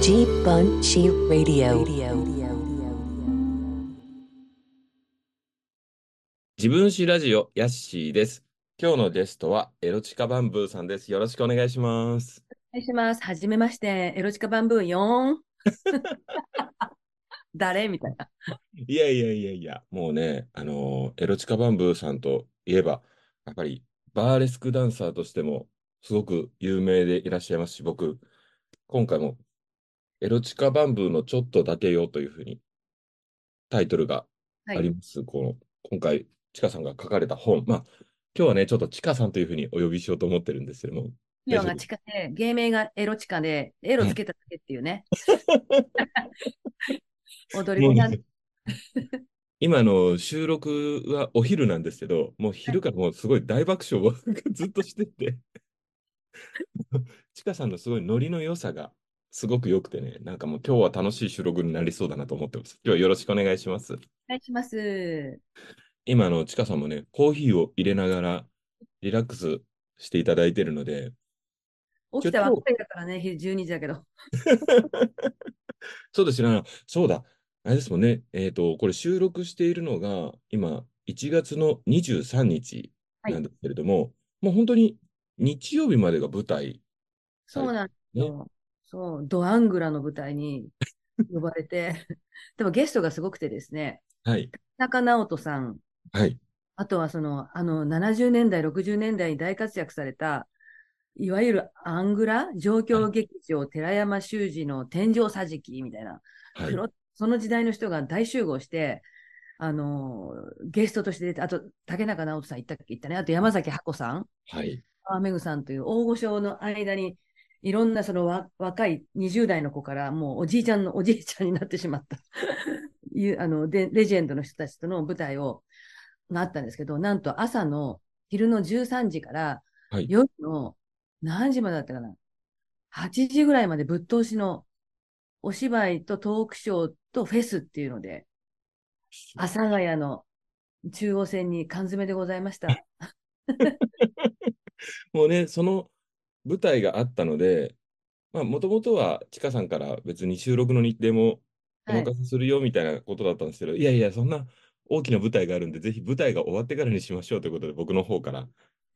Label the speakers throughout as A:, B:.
A: G Bunchy Radio.
B: 自分史ラジオヤッシーです。今日のゲストはエロチカバンブーさんです。よろしくお願いします。
C: お願いします。はじめまして。エロチカバンブー よん。誰みたいな。
B: いやいやいやいや、もうね、あのーエロチカバンブーさんといえば、やっぱりバーレスクダンサーとしてもすごく有名でいらっしゃいますし、僕、今回もエロチカバンブーのちょっとだけよというふうにタイトルがあ
C: はい
B: ります。この、今回、チカさんが書かれた本。まあ、今日はね、ちょっとチカさんというふうにお呼びしようと思ってるんですけども。大
C: 企業
B: 丈
C: が
B: 夫
C: 地下で、芸名がエロチカで、エロつけただけっていうね。踊り子さん。
B: 今あの収録はお昼なんですけど、もう昼からもうすごい大爆笑を ずっとしてて、 ちかさんのすごいノリの良さがすごく良くてね、なんかもう今日は楽しい収録になりそうだなと思ってます。今日はよろしくお願いします。
C: お願い します。
B: 今あのちかさんもね、コーヒーを入れながらリラックスしていただいてるので、
C: 起きたばっかりだからね、昼12時だけど。
B: そうですね。そうだ。あれですもんね。えっと、これ収録しているのが、今、1月の23日
C: はい
B: なんですけれども、もう本当に日曜日までが舞台。
C: そうなんですよ。そう、ドアングラの舞台に呼ばれて。でもゲストがすごくてですね、
B: はい。
C: 田中直人さん、
B: はい。
C: あとはその、あの、70年代、60年代に大活躍された、いわゆるアングラ、状況劇場、寺山修司の天井桟敷みたいな、
B: はい。
C: 黒その時代の人が大集合して、あの、ゲストとして出て、あと、竹中直人さん行ったっけ言ったね、あと山崎ハコさん、
B: はい。
C: アーメグさんという大御所の間に、いろんなそのわ若い20代の子から、もうおじいちゃんのおじいちゃんになってしまった いうあので、レジェンドの人たちとの舞台を、があったんですけど、なんと朝の昼の13時から
B: はい
C: 夜の何時までだったかな、8時ぐらいまでぶっ通しのお芝居とトークショーとフェスっていうので、阿佐ヶ谷の中央線に缶詰でござい ました。
B: もうね、その舞台があったので、まあ、もともとはちかさんから別に収録の日程もお
C: はい
B: 任せするよみたいなことだったんですけど、いやいや、そんな大きな舞台があるんで、ぜひ舞台が終わってからにしましょうということで、僕の方から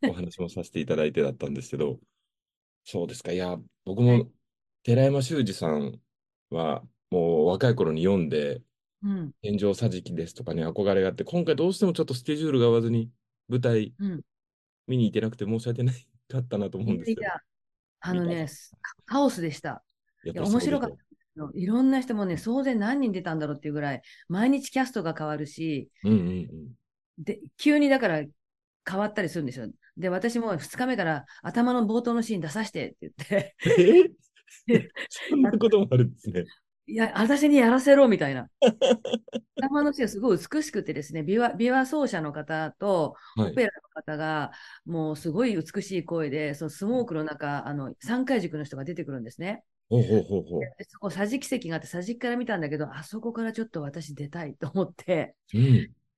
B: お話もさせていただいてだったんですけど、そうですか、いや、僕も
C: はい
B: 寺山修司さんは、もう若い頃に読んで、
C: うん
B: 天井桟敷ですとかに憧れがあって、今回どうしてもちょっとスケジュールが合わずに、舞台
C: うん
B: 見に行けなくて申し訳ない かったなと思うんですけ
C: い
B: ど、
C: やあの
B: 見た
C: ね、カオスでした。
B: やっ
C: い
B: ぱ
C: や
B: りそう
C: 面
B: でし
C: 白か
B: ょ
C: ったですよ。いろんな人もね、総勢何人出たんだろうっていうぐらい、毎日キャストが変わるし、
B: う。うんうんうん。
C: で急にだから変わったりするんですよ。で、私も2日目から頭の冒頭のシーン出させてって言って、
B: え そんなこともあるんですね。
C: いや、私にやらせろみたい な。頭のシーンすごい美しくてですね、琵琶琵琶奏者の方と、
B: は
C: オ
B: い。
C: ペラの方が、もうすごい美しい声で、そのスモークの中、あの、三階塾の人が出てくるんですね。
B: ほうほうほうほう。
C: でそこ、桟敷席があって、桟敷から見たんだけど、あそこからちょっと私出たいと思って、
B: うん。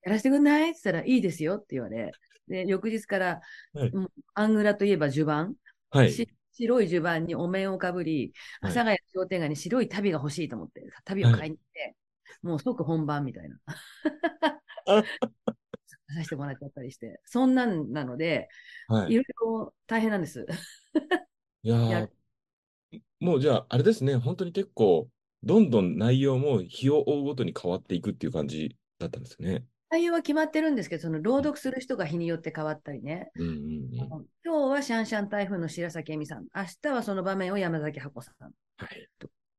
C: やらせてくんないって言ったら、いいですよって言われ。で、翌日から、
B: はい
C: もうアングラといえば襦袢、
B: はい。
C: し白い襦袢にお面をかぶり、阿
B: はい
C: 佐ヶ谷商店街に白い旅が欲しいと思って、旅を買いに行って、もう即本番みたいな。 出させてもらっちゃったりして、そんなんなので、
B: はい
C: いろいろ大変なんです。
B: いやー
C: や
B: もうじゃあ、あれですね、本当に結構、どんどん内容も日を追うごとに変わっていくっていう感じだったんですね。
C: 内容は決まってるんですけど、その朗読する人が日によって変わったりね。
B: うんうんうん。
C: 今日はシャンシャン台風の白崎恵美さん、明日はその場面を山崎箱さん。
B: はい。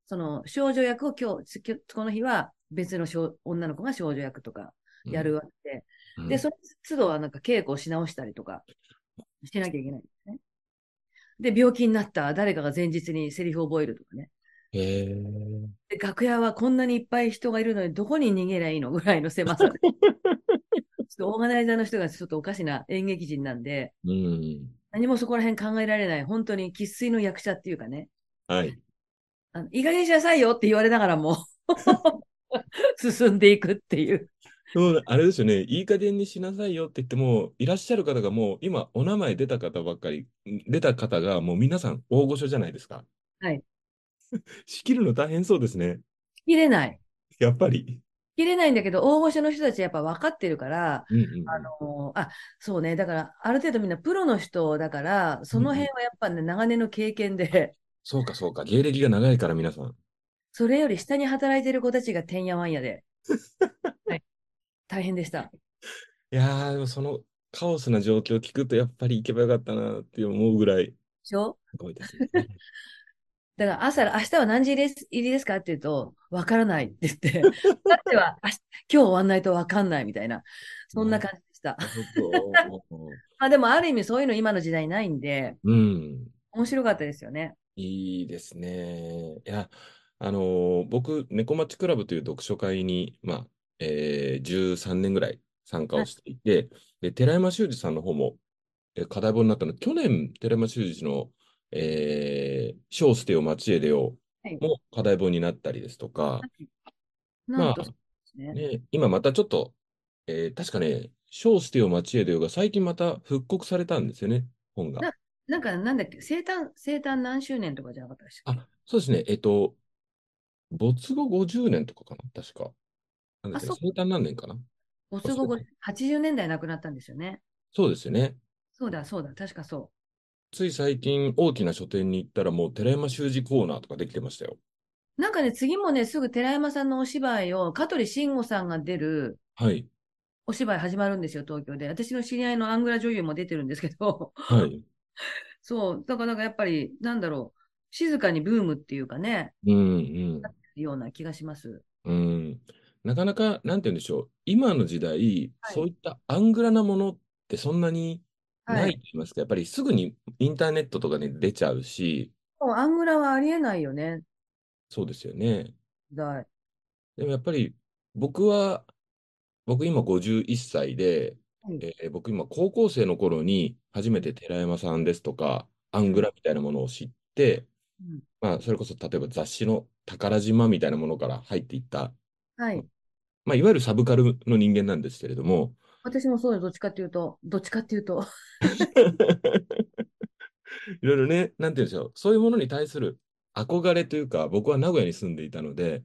C: その少女役を今日つきょ、この日は別の少女の子が少女役とか
B: うん
C: やるわけで、
B: うん
C: で、その都度はなんか稽古をし直したりとかしなきゃいけないんですね。で、病気になった誰かが前日にセリフを覚えるとかね。
B: へえ。
C: で、楽屋はこんなにいっぱい人がいるのにどこに逃げりゃいいのぐらいの狭 さで。ちょっとオーガナイザーの人がちょっとおかしな演劇人なんで、
B: うん。
C: 何もそこら辺考えられない、本当に生粋の役者っていうかね、
B: はい。
C: あのいい加減にしなさいよって言われながらも 進んでいくっていう。
B: そうだあれですよね、いい加減にしなさいよって言っても、いらっしゃる方がもう、今、お名前出た方ばっかり、出た方がもう皆さん大御所じゃないですか。
C: はい。
B: 仕切るの大変そうですね。
C: 切れない。
B: やっぱり。
C: 切れないんだけど、大御所の人たちはやっぱ分かってるから、
B: うんうんうん
C: あのあ、そうね。だから、ある程度みんなプロの人だから、その辺はやっぱね、長年の経験で、
B: そうか、そうか。芸歴が長いから、皆さん。
C: それより下に働いてる子たちがてんやわんやで。はい、大変でした。
B: いやー、でもそのカオスな状況を聞くと、やっぱり行けばよかったなって思うぐらい、
C: でしょ
B: すごいですね。
C: だから朝、明日は何時入りです入りですかって言うと、わからないって言って、だっては明日今日終わんないとわかんないみたいな、そんな感じでした。
B: なるほど
C: まあでもある意味そういうの今の時代ないんで、
B: うん。
C: 面白かったですよね。
B: いいですね。いや、あのー僕、猫町クラブという読書会に、まあ、えー13年ぐらい参加をしていて、で、寺山修司さんの方も、えー課題本になったの、去年、寺山修司の、えー、小捨てよ町へ出よ
C: はいう
B: も課題本になったりですとか、
C: なんと、
B: ま
C: ね
B: ね、今またちょっと、えー確かね、小捨てよ町へ出よが最近また復刻されたんですよね、本が。
C: なんかなんだっけ、生誕、生誕何周年とかじゃなかったでしたっけ
B: あ、そうですね。えっと、没後50年とかかな、確か。なんだっけ
C: あそう
B: 生誕何年かな。
C: 没後
B: そう
C: 50 80年代亡くなったんですよね。
B: そうですよね。
C: そうだ、そうだ、確かそ
B: つい最近、大きな書店に行ったら、もう寺山修司コーナーとかできてましたよ。
C: う。なんかね、次もね、すぐ寺山さんのお芝居を、香取慎吾さんが出る、
B: はい。
C: お芝居始まるんですよ、東京で。私の知り合いのアングラ女優も出てるんですけど、
B: はい。
C: そう、だからなんかやっぱり、なんだろう、静かにブームっていうかね、
B: うん、
C: ような気がします。
B: うん。うん。なかなか、なんて言うんでしょう。今の時代、
C: はい
B: そういったアングラなものってそんなに
C: は
B: ない
C: い。
B: と言いますか、やっぱりすぐにインターネットとかに出ちゃうし、
C: もうアングラはありえないよね、
B: そうですよね。
C: 時代。
B: でもやっぱり僕は、僕今51歳で
C: はい、
B: えー僕今高校生の頃に初めて寺山さんですとか、アングラみたいなものを知って、
C: うん
B: まあそれこそ例えば雑誌の宝島みたいなものから入っていった、
C: はい。
B: まあいわゆるサブカルの人間なんですけれども、
C: 私もそうよ、どっちかっていうと、どっちかっていうと、
B: いろいろね、なんて言うんでしょう、そういうものに対する憧れというか、僕は名古屋に住んでいたので、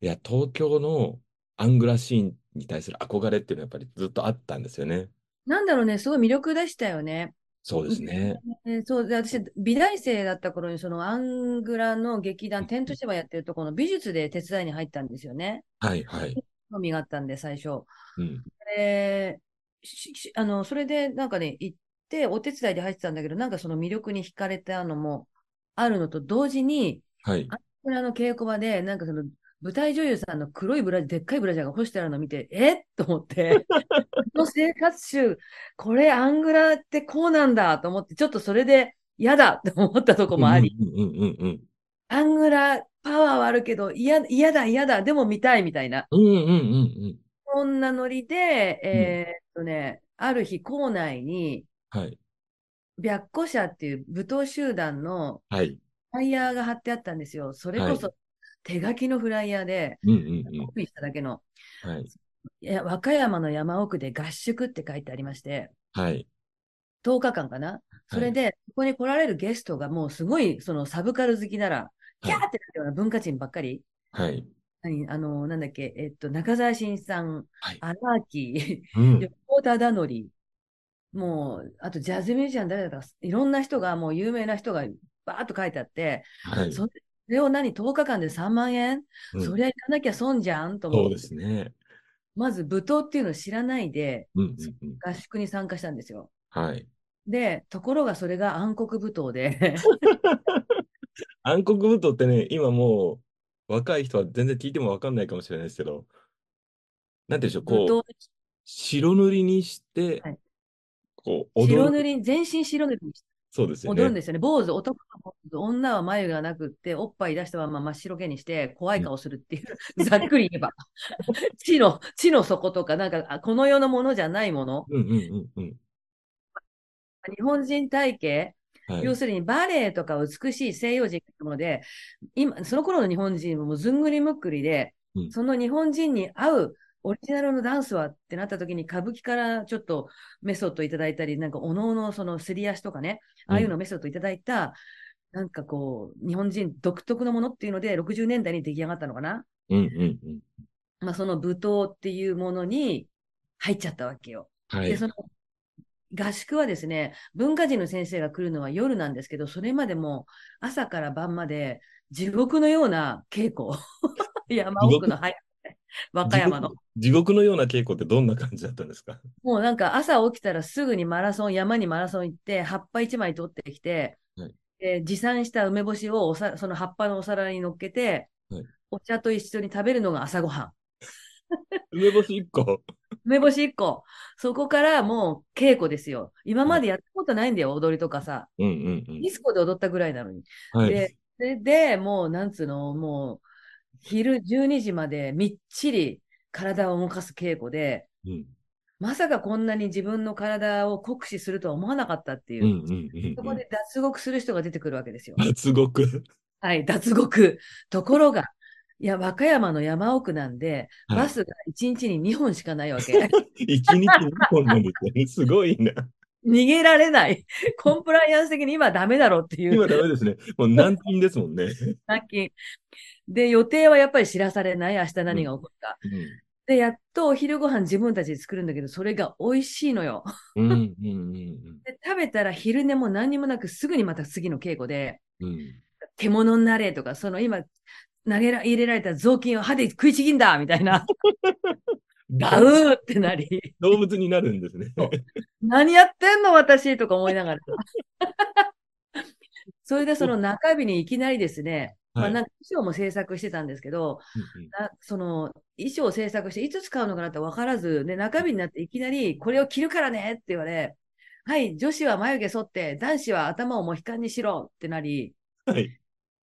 B: いや、東京のアングラシーンに対する憧れっていうのはやっぱりずっとあったんですよね。
C: なんだろうね、すごい魅力でしたよね。
B: そうですね。
C: えーそうで、私、美大生だった頃に、そのアングラの劇団、テント芝やってるところの美術で手伝いに入ったんですよね。
B: はいはい。
C: 興味があったんで、最初。
B: うん。
C: で、ししあの、それでなんかね、行って、お手伝いで入ってたんだけど、なんかその魅力に惹かれたのもあるのと同時に、
B: はい。
C: これあの稽古場で、なんかその、舞台女優さんの黒いブラジャー、でっかいブラジャーが干してあるのを見て、えっと思って、 この生活集、これアングラってこうなんだと思って、ちょっとそれで嫌だと思ったとこもあり、
B: うんうんうんうん
C: アングラパワーはあるけど、嫌嫌だ嫌だ、でも見たいみたいな。
B: うん。うんうんうん
C: そんなノリで、えーっとね、ある日校内に、
B: うん。はい。
C: 白虎社っていう舞踏集団の
B: はい。
C: フライヤーが貼ってあったんですよ。それこそ手書きのフライヤーで、
B: うんうん
C: コピーしただけの、
B: うん。はい。
C: いや和歌山の山奥で合宿って書いてありまして、
B: はい。
C: 10日間かな。それで、ここに来られるゲストがもうすごい、そのサブカル好きなら、キャーってなるような文化人ばっかり。
B: はい。
C: 何あの、なんだっけ、えっと、中澤慎一さん、
B: はい
C: アナーキー、
B: うん。
C: 横尾忠則、もう、あとジャズミュージシャン誰だか、いろんな人が、もう有名な人がバーっと書いてあって、
B: はい。
C: それを何、10日間で3万円、
B: うん
C: そりゃ行かなきゃ損じゃんと
B: そ
C: 思
B: う
C: う。
B: ですね。
C: まず舞踏っていうのを知らないで、
B: うんうんうん。
C: 合宿に参加したんですよ。
B: はい。
C: で、ところがそれが暗黒舞踏で、
B: 暗黒舞踏ってね、今もう、若い人は全然聞いてもわかんないかもしれないですけど、なんていうんでしょう、
C: 舞
B: こ
C: 踏
B: う、白塗りにして
C: はい、
B: こう、踊
C: 白
B: る。
C: 塗り、全身白塗りにして
B: そうですよ
C: 踊る
B: ね。
C: んですよね。坊主、男は坊主、女は眉がなくって、おっぱい出したまま真っ白けにして、怖い顔するっていう、ざっくり言えば。地の、地の底とか、なんか、あこの世のものじゃないもの。
B: うんうんうんうん。
C: 日本人体系、
B: はい。
C: 要するにバレエとか美しい西洋人のもので、今、その頃の日本人ももうずんぐりむっくりで
B: うん、
C: その日本人に合うオリジナルのダンスはってなった時に歌舞伎からちょっとメソッドいただいたり、なんかおのおのそのすり足とかね、ああいうのメソッドいただいた、なんかこう、日本人独特のものっていうので、60年代に出来上がったのかな。
B: うんうんうん。
C: まあ、その舞踏っていうものに入っちゃったわけよ。
B: は
C: で、
B: い
C: そ。の合宿はですね、文化人の先生が来るのは夜なんですけど、それまでもう朝から晩まで地獄のような稽古を 山奥の早和歌山の。
B: 地獄のような稽古ってどんな感じだったんです か
C: もうなんか朝起きたらすぐにマラソン、山にマラソン行って、葉っぱ一枚取ってきて、
B: はい
C: で持参した梅干しをおさその葉っぱのお皿に乗っけて、
B: はい
C: お茶と一緒に食べるのが朝ごはん。
B: 梅干し1個。
C: 梅干し1個。そこからもう稽古ですよ。今までやったことないんだよ、踊りとかさ。
B: うんうんうん
C: ディスコで踊ったぐらいなのに。。
B: はい。
C: で、それで、もう、なんつうの、もう、昼12時までみっちり体を動かす稽古で、
B: うん
C: まさかこんなに自分の体を酷使するとは思わなかったっていうう、
B: んうんうん
C: そ
B: うん
C: こ。で脱獄する人が出てくるわけですよ。
B: 脱獄。
C: はい、脱獄。ところが、いや、和歌山の山奥なんで、
B: はい
C: バスが1日に2本しかないわけ。
B: 一日2本なんですね。すごいな。
C: 逃げられない。コンプライアンス的に今ダメだろっていう。
B: 今ダメですね。もう軟禁ですもんね。
C: さっき。で、予定はやっぱり知らされない。明日何が起こるか。で、やっとお昼ご飯自分たちで作るんだけど、それが美味しい のよ。
B: うんうんうん
C: で、食べたら昼寝も何にもなく、すぐにまた次の稽古で、
B: うんうん。
C: 獣になれとか、その今、投げら入れられた雑巾を歯で食いちぎんだみた いな、ガウーってなり、
B: 動物になるんですね。
C: 何やってんの私とか思い ながら。それでその中日にいきなりですね、ま
B: は
C: あ
B: い
C: なんか衣装も制作してたんですけど、なその衣装を制作して、いつ使うのかなって分からず、で、中日になっていきなり、これを着るからねって言われ、はい、女子は眉毛剃って、男子は頭をモヒカンにしろってなり、
B: はい。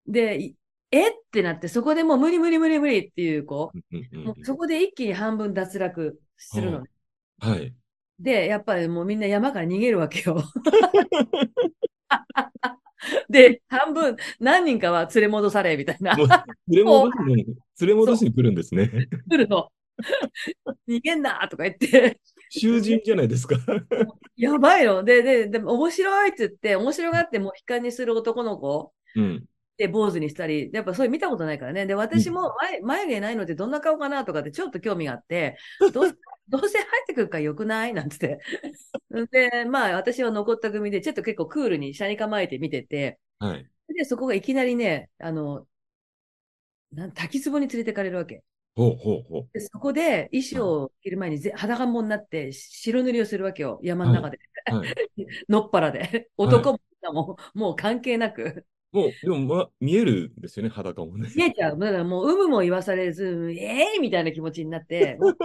C: で、いえってなって、そこでもう無理無理無理無理っていう子、
B: うんうん
C: もうそこで一気に半分脱落するのね。
B: はい。
C: で、やっぱりもうみんな山から逃げる わけよ。で、半分、何人かは連れ戻され、みたいな
B: も。う連れ戻しに、連れ戻しに来るんですね。
C: 来るの。 逃げんなとか言って。
B: 囚人じゃないですか。
C: やばいの。で、で、でも面白いって言って、面白がってもう悲観にする男の子
B: うん。
C: で坊主にしたり、やっぱそういう見たことないからね。で、私も眉眉毛ないのでどんな顔かなとかってちょっと興味があって、どうせどうせ入ってくるからよくないなんつって。で、まあ私は残った組で、ちょっと結構クールに車に構えて見てて、
B: はい。
C: で、そこがいきなりね、あの、なん滝壺に連れてかれるわけ。
B: ほうほうほう。
C: で、そこで衣装を着る前にぜ裸んぼになって白塗りをするわけよ。山の中で。
B: はい、
C: のっぱらで。男も女も、もう関係なく。
B: もう、でも、まあ、見えるんですよね、裸もね。
C: 見えちゃう。だからもう、有無も言わされず、ええみたいな気持ちになって、もう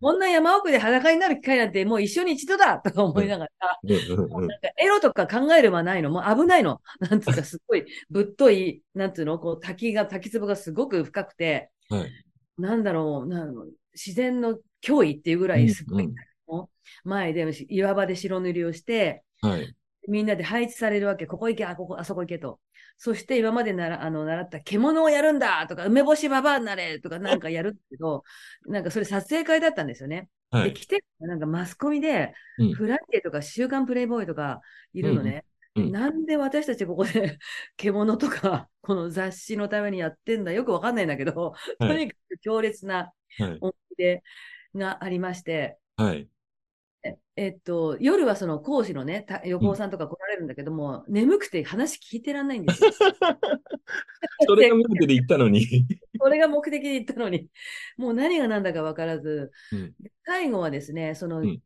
C: こんな山奥で裸になる機会なんてもう一生に一度だとか思いながら、
B: うんうんうん
C: なんかエロとか考えるはないの。もう危ないの。なんつうか、すごいぶっとい、なんつうの、こう、滝が、滝壺がすごく深くて、
B: はい
C: なんだろう、なん自然の脅威っていうぐらい、すごい
B: うん
C: 前で、岩場で白塗りをして、
B: うんはい。
C: みんなで配置されるわけ。ここ行け、あ、ここ、あそこ行けと。そして今までなら、あの、習った獣をやるんだとか、梅干しババアになれとかなんかやるんだけど、なんかそれ撮影会だったんですよね。
B: は
C: で、
B: い。
C: 来て、なんかマスコミで
B: うん、
C: フライデーとか週刊プレイボーイとかいるのね。
B: うんうん
C: なんで私たちここで 獣とか、この雑誌のためにやってんだよくわかんないんだけど、
B: はい
C: とにかく強烈な
B: はい。
C: 思い出がありまして、
B: はい。
C: ええっと、夜はその講師のね、た横尾さんとか来られるんだけども、眠くて話聞いてらんないんですよ。
B: それが目当てで行ったのに。
C: それが目的で行ったのに、もう何が何だか分からず、
B: うん
C: 最後はですね、その、
B: うん
C: い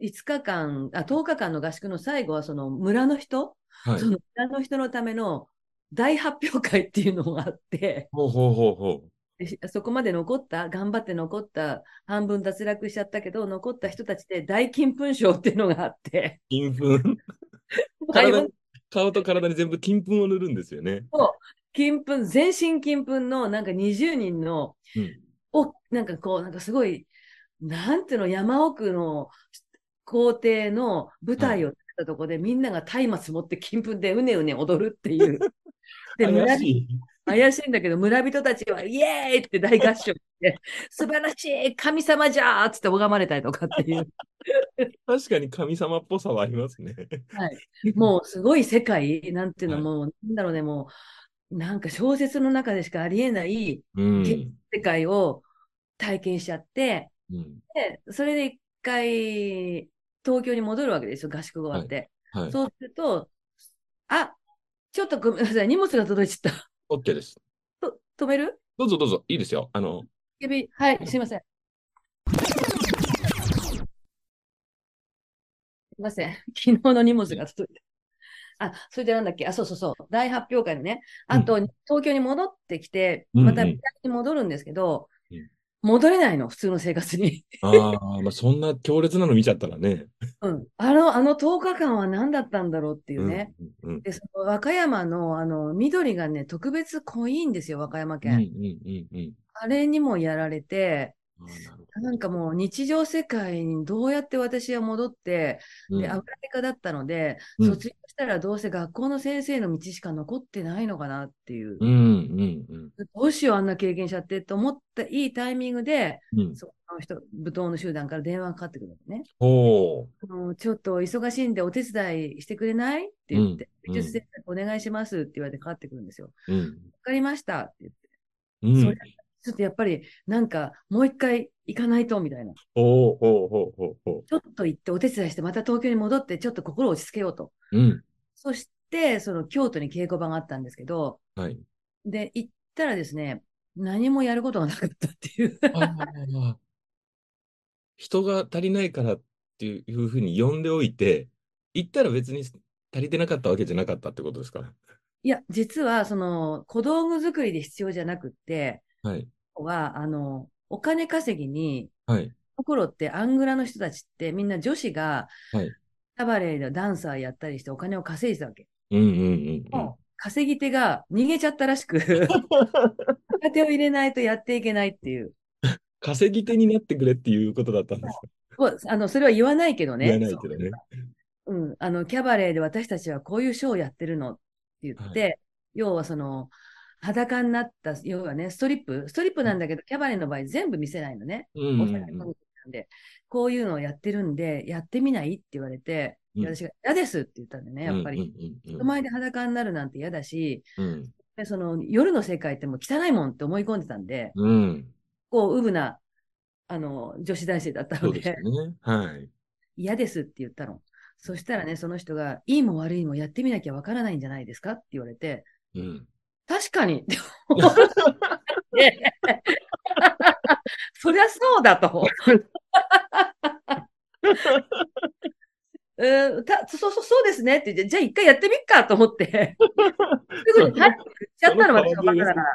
C: 5日間あ、10日間の合宿の最後は、その村の人、
B: はい
C: そ。の村の人のための大発表会っていうのがあって、
B: ほうほうほうほ
C: でしそこまで残った、頑張って残った、半分脱落しちゃったけど、残った人たちで大金粉賞っていうのがあって、
B: う。金粉。体に顔と体に全部金粉を塗るんですよね。
C: 金粉、全身金粉のなんか20人の、
B: うん
C: を、なんかこう、なんかすごい、なんていうの、山奥の校庭の舞台を作ったとこで、みんなが松明持って金粉でうねうね踊るっ ていう。で、村
B: 怪
C: 人
B: しい。
C: 怪しいんだけど、村人たちは、イエ ーイって大合唱して、素晴らしい神様じゃーっつって拝まれたりとかっていう。
B: 確かに神様っぽさはありますね。
C: もうすごい世界、なんていうの、
B: はい
C: もう、なんだろうね、もう、なんか小説の中でしかありえない
B: うん。
C: 世界を体験しちゃって、
B: うん。
C: で、それで一回、東京に戻るわけですよ、合宿が終わって。
B: はい。
C: そうすると、あちょっとごめんなさい、荷物が届いちゃった。
B: OK です。
C: と止める
B: どうぞどうぞ。いいですよ。あ の、
C: 指はい、すいません。すいません。 昨日の荷物が届いた。あ、それでなんだっけあ、そうそうそう。大発表会のね。あと、東京に戻ってきて、
B: うんうん
C: また北に戻るんですけ
B: う
C: ど、
B: ん
C: 戻れないの、普通の生活に。
B: ああ、まあそんな強烈なの見ちゃったらね。
C: うん。あの、あの10日間は何だったんだろうっていうね。
B: うん。うん。
C: で、その和歌山の、あの、緑がね、特別濃いんですよ、和歌山
B: うん。うん。う
C: 県。
B: ん。うん。
C: あれにもやられて、
B: あーなるほど
C: なんかもう日常世界にどうやって私は戻って、
B: うん
C: で、アメリカだったので、
B: うん
C: 卒業したらどうせ学校の先生の道しか残ってないのかなっていう、
B: うん。うん。うん
C: どうしようあんな経験しちゃってと思ったいいタイミングで、
B: うん。
C: その人、舞踏の集団から電話がかかってくるのね。
B: ほ
C: あのちょっと忙しいんでお手伝いしてくれないって言って、
B: うん
C: 美術制作お願いしますって言われてかかってくるんですよ。
B: う。
C: わ
B: うん。
C: かりましたって言って、
B: うん
C: それちょっとやっぱりなんかもう一回行かないとみたいな。
B: ほうほうほうほうほ
C: ちょっと行ってお手伝いして、また東京に戻って、ちょっと心を落ち着けようと。
B: う。うん。
C: そして、その京都に稽古場があったんですけど、
B: はい。
C: で、行ったらですね、何もやることがなかったっていう。
B: ああ。人が足りないからっていうふうに呼んでおいて、行ったら別に足りてなかったわけじゃなかったってことですか。
C: いや、実は、その、小道具作りで必要じゃなくって、
B: はい。
C: は、あの、お金稼ぎに、
B: はい。
C: ところってアングラの人たちってみんな女子が
B: はい、
C: カバレーのダンサーやったりしてお金を稼いでたわけ。
B: うんうんうんうん。
C: 稼ぎ手が逃げちゃったらし く、若手を入れないとやっていけないっていう。
B: 稼ぎ手になってくれっていうことだったんですか。
C: そうあの、それは言わないけどね。
B: 言わないけどね。
C: うん、あの、キャバレーで私たちはこういうショーをやってるのって言って、要はその、裸になった、要はね、ストリップ、ストリップなんだけど、キャバレーの場合全部見せないのね。
B: うん
C: お
B: うん
C: 酒飲むなんで、こういうのをやってるんで、やってみないって言われて、
B: うん
C: 私が嫌ですって言ったんでね、やっぱり。。
B: うんうん
C: 人前で裸になるなんて嫌だし、
B: うん
C: でその夜の世界ってもう汚いもんって思い込んでたんで、
B: うん。うん。
C: こう、うぶな、あの、女子大生だった
B: そ
C: の
B: うです
C: で
B: よ、ね。はい。
C: 嫌ですって言ったの。そしたらね、その人が、いいも悪いもやってみなきゃわからないんじゃないですかって言われて、
B: うん。
C: 確かにって思って、 そりゃそうだと。うんたそうそうそうですねって言って、じゃあ一回やってみっかと思 って、すぐにはいって言っちゃったの私がバカだから。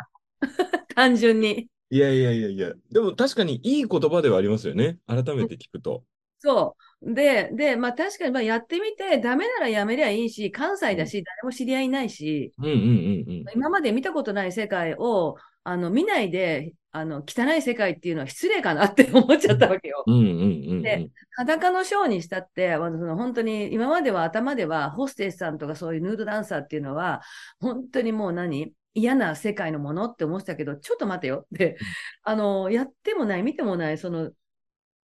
C: 単純に。
B: いやいやいやいや。でも確かにいい言葉ではありますよね。改めて聞くと。
C: そう。で、で、まあ確かにまあやってみて、ダメならやめりゃいいし、関西だし、誰も知り合いないし、
B: うんうんうんうん。
C: 今まで見たことない世界をあの見ないであの汚い世界っていうのは失礼かなって思っちゃったわけよ。
B: うんうんうんうん
C: で。裸のショーにしたって、あのその本当に今までは頭ではホステスさんとかそういうヌードダンサーっていうのは、本当にもう何嫌な世界のものって思ってたけど、ちょっと待てよって、あの、やってもない、見てもない、その、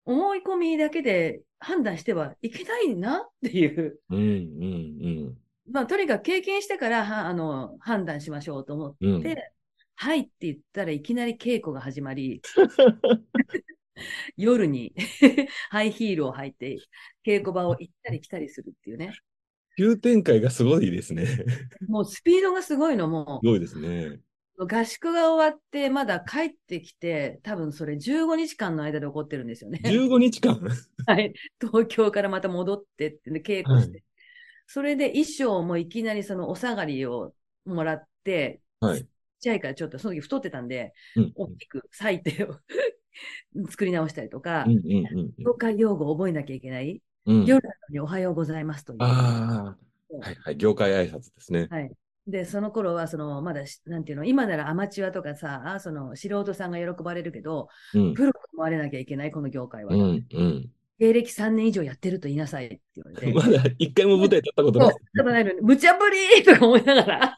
C: 思い込みだけで判断してはいけないなっていう。
B: うんうん
C: まあ、とにかく経験してから、はあの、判断しましょうと思って
B: うん。うん。
C: ではいって言ったらいきなり稽古が始 まり、夜に ハイヒールを履いて稽古場を行ったり来たりするっていうね。
B: 急展開がすごい ですね。す
C: もうスピードがすごいのも
B: ごいですね。
C: う、合宿が終わってまだ帰ってきて、多分それ15日間の間で起こってるんですよね。
B: 15日間。
C: はい。東京からまた戻ってって、ね、稽古して。それで衣装もいきなりそのお下がりをもらって、
B: はい。
C: ちっちゃいからちょっとその時太ってたんで、
B: うん
C: 大きく裂いてを 作り直したりとか
B: うん、うん
C: 業界用語を覚えなきゃいけない、
B: うんうん。
C: 夜なのにおはようございますという。
B: ああ。はいはい。業界挨拶ですね。
C: で、その頃は、その、まだし、なんていうの、今ならアマチュアとかさ、その、素人さんが喜ばれるけど、
B: うん。
C: プロと思われなきゃいけない、この業界は。
B: うんうん。
C: 芸歴3年以上やってると言いなさいって言われ て。
B: まだ一回も舞台立ったこと
C: そ
B: な
C: う
B: い。、
C: ちょっとないのに、無茶ぶりとか思いながら。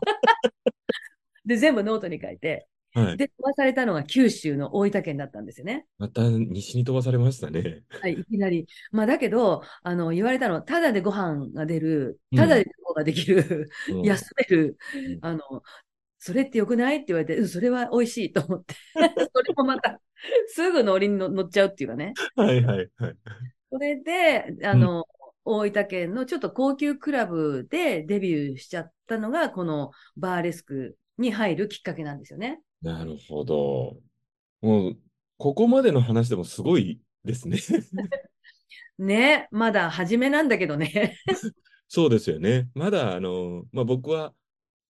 C: で、全部ノートに書いて、
B: はい。
C: で、飛ばされたのが九州の大分県だったんですよね。
B: また西に飛ばされましたね。
C: はい、いきなり。まあ、だけど、あの、言われたのは、ただでご飯が出る
B: う、ん
C: ただで旅行ができる、
B: うん
C: 休める
B: ん、
C: あの、それってよくないって言われて、うん、それは美味しいと思 って。それもまた、すぐ乗りに乗乗っちゃうっていうかね。
B: はいはいはい。
C: それで、あの、大分県のちょっと高級クラブでデビューしちゃったのが、このバーレスクに入るきっかけなんですよね。
B: なるほど。もう、ここまでの話でもすごいですね。
C: ね、まだ初めなんだけどね。
B: そうですよね。まだ、あの、まあ、僕は、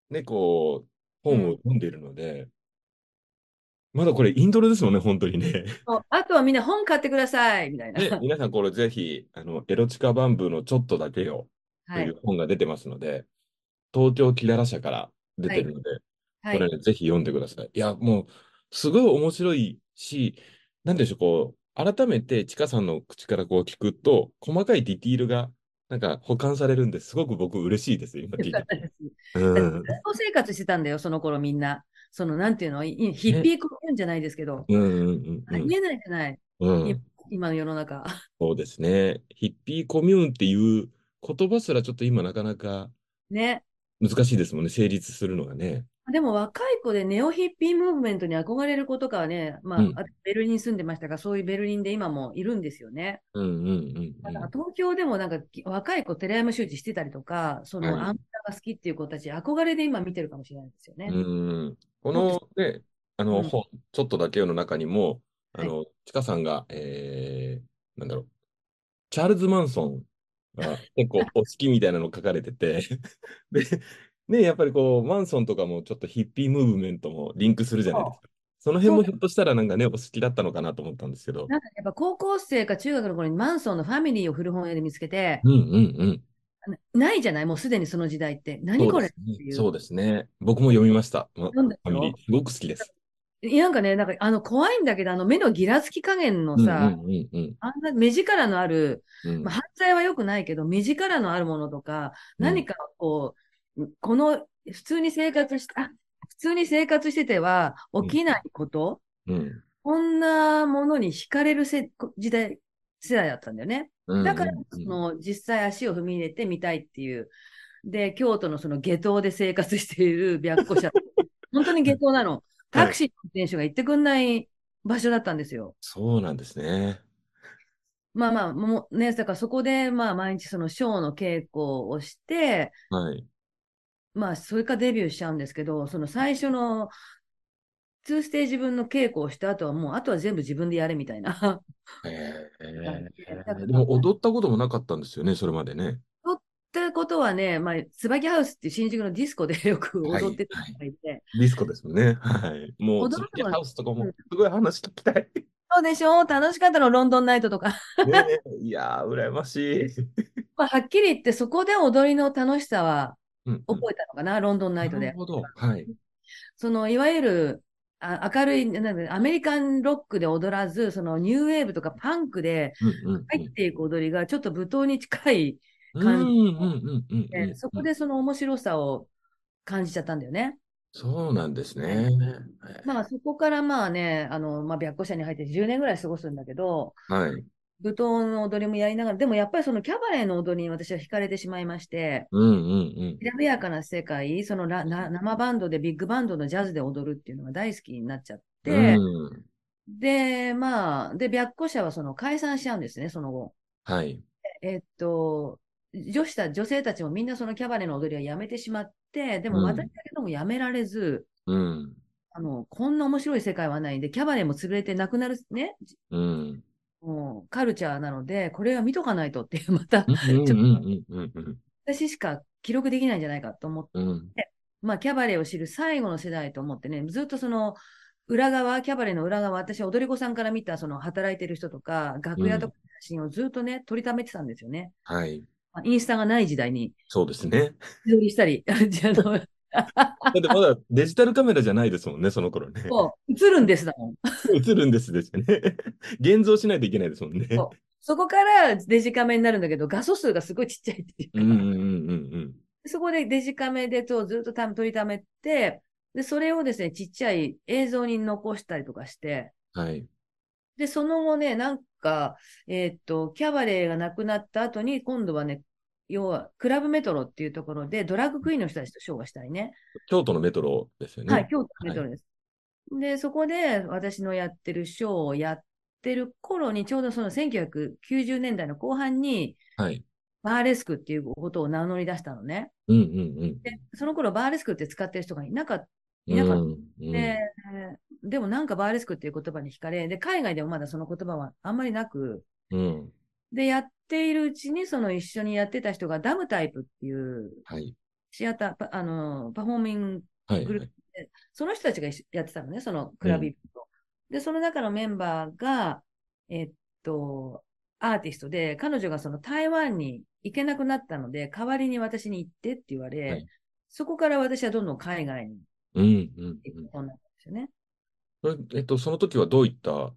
B: ね、こう、本を読んでいるので、まだこれイントロですもんね、本当に ね。
C: あとはみんな本買ってください、みたいな。
B: で、皆さんこれぜひ、あの、エロチカバンブーのちょっとだけよと
C: はいい。
B: う本が出てますので、東京キララ社から出てるので、
C: は
B: こ
C: い
B: れ、。ね、ぜひ読んでください。いや、もう、すごい面白いし、なんでしょう、こう、改めて、ちかさんの口からこう聞くと、細かいディティールが、なんか、保管されるんですごく僕、嬉しいです、今聞いて て。うん、
C: 学校生活してたんだよ、その頃みんな。その、なんていうの、いいヒッピーコミューンじゃないですけど、
B: うん、うん、
C: ありえないじゃない、
B: うん、う
C: い
B: ん。
C: 今の世の中。
B: そうですね。ヒッピーコミューンっていう言葉すら、ちょっと今、なかなか
C: ね。
B: 難しいですもんね、成立するのがね。
C: でも若い子でネオヒッピームーブメントに憧れる子とかはね、まあ、
B: うん
C: あとベルリンに住んでましたが、そういうベルリンで今もいるんですよね。
B: うん、うん、うん、
C: だから東京でもなんかき若い子、寺山修司してたりとか、その
B: はい
C: アンタが好きっていう子たち、憧れで今見てるかもしれないですよね。
B: うん、このね、あの
C: うん
B: 本、ちょっとだけよの中にも、あ
C: はい
B: の、ちかさんが、えー、なんだろう、チャールズ・マンソンが結構お好きみたいなの書かれてて、 で、ね、やっぱりこう、マンソンとかもちょっとヒッピームーブメントもリンクするじゃないですか。その辺もひょっとしたらなんかね、お好きだったのかなと思ったんですけど。
C: なんかやっぱ高校生か中学の頃にマンソンのファミリーを古本屋で見つけて、
B: うんうんうん。
C: なないじゃないもうすでにその時代って。何
B: そう
C: こ
B: で
C: れ
B: すね
C: っていう
B: そうですね。僕も読みました。ま
C: 読んだ
B: ファミリ
C: よ
B: ー。すごく好きです。
C: いやなんかね、なんかあの怖いんだけど、あの目のギラつき加減のさ、
B: うんうんうん
C: あんな目力のある、
B: うんうん
C: まあ、犯罪は良くないけど、目力のあるものとか、
B: うん
C: 何かこう、この普通に生活して、あ普通に生活してては起きないこと、
B: うん
C: こんなものに惹かれるせ時代、世代だったんだよね。
B: うん
C: だから
B: うんう
C: そ
B: ん
C: の実際足を踏み入れてみたいっていう。で、京都のその下等で生活している白虎社。本当に下 等なの。タクシーの運転手が行ってくんない場所だったんですよ。
B: そうなんですね。
C: まあまあ、もうね、だからそこで、まあ毎日そのショーの稽古をして、
B: はい。
C: まあそれからデビューしちゃうんですけど、その最初の2ステージ分の稽古をした後はもう、あとは全部自分でやれみたいな。
B: へ
C: だから
B: え。でも踊ったこともなかったんですよね、それまでね。
C: ってことはね、まあ、椿ハウスっていう新宿のディスコでよく
B: はい
C: 踊ってた人がいて、
B: ディスコですもんね。 はい。もう、
C: 踊るの
B: 椿
C: は
B: ハウスとか
C: う
B: も、
C: ん
B: すごい話聞きたい。ね
C: そうでしょ楽しかったの、ロンドンナイト とか。
B: えいやー、羨ましい。
C: まあ、はっきり言って、そこで踊りの楽しさは
B: うんうん
C: 覚えたのかな、ロンドンナイト
B: な
C: で
B: る。ほど。はい。
C: その、いわゆる、あ明るい、なんだアメリカンロックで踊らず、その、ニューウェーブとかパンクで
B: うんうん
C: 入っていく踊りが、ちょっと舞踏に近い、
B: うん。うんうんうんうんう
C: ね
B: ん。
C: そこでその面白さを感じちゃったんだよね。
B: そうなんですね。
C: まあ、そこからまあね、あの、まあ、白虎社に入って10年ぐらい過ごすんだけど、
B: はい。
C: 舞踏の踊りもやりながら、でもやっぱりそのキャバレーの踊りに私は惹かれてしまいまして、
B: うんうん
C: きらびやかな世界、そのラな生バンドでビッグバンドのジャズで踊るっていうのが大好きになっちゃっ
B: う
C: て、
B: ん。うん。
C: で、まあ、で、白虎社はその解散しちゃうんですね、その後。
B: はい。
C: えっと、女子た女性たちもみんなそのキャバレーの踊りはやめてしまって、でも
B: うん
C: 私だけどもやめられず、
B: うん。
C: あの、こんな面白い世界はないんで、キャバレーも潰れてなくなるね、
B: うん。
C: もうカルチャーなので、これは見とかないとっていう、また
B: うんうんうんうん
C: 私しか記録できないんじゃないかと思って
B: うんうん。
C: まあ、キャバレーを知る最後の世代と思ってね、ずっとその裏側、キャバレーの裏側、私は踊り子さんから見たその働いてる人とか、楽屋とかの写真をずっとね、撮りためてたんですよね。
B: はい。
C: まあインスタがない時代に、
B: そうですね。
C: 自撮りしたり、あ の
B: だってまだデジタルカメラじゃないですもんね、その頃ね。
C: こう映るんですだもん。
B: 映るんですですよね。 現像しないといけないですもんね。
C: そそこからデジカメになるんだけど、画素数がすごいちっちゃいっていう
B: うんうんうんうん
C: そこでデジカメでとずっとた撮りためて、で、それをですね、ちっちゃい映像に残したりとかして、
B: はい。
C: で、その後ね、なんか、えーっと、キャバレーがなくなった後に、今度はね、要は、クラブメトロっていうところで、ドラッグクイーンの人たちとショーがしたいね。
B: 京都のメトロですよね。
C: はい、京都メトロです。で、そこで私のやってるショーをやってる頃に、ちょうどその1990年代の後半に、
B: はい。
C: バーレスクっていうことを名乗り出したのね。
B: うんうん
C: で、その頃バーレスクって使ってる人がいなかっ
B: うん。
C: なんか
B: うんう
C: た
B: ん
C: で、でもなんかバーレスクっていう言葉に惹かれ、で、海外でもまだその言葉はあんまりなく、
B: うん。
C: で、やっているうちにその一緒にやってた人がダムタイプっていう
B: はい。
C: シアター、パあの、パフォーミング
B: はい。
C: グループで、その人たちが一緒やってたのね、そのクラブイベント。で、その中のメンバーが、えっと、アーティストで、彼女がその台湾に行けなくなったので、代わりに私に行ってって言われ、
B: はい
C: そこから私はどんどん海外に
B: うんうん
C: 行
B: う
C: く
B: ん
C: ことになったんですよね。
B: それ。えっと、その時はどういった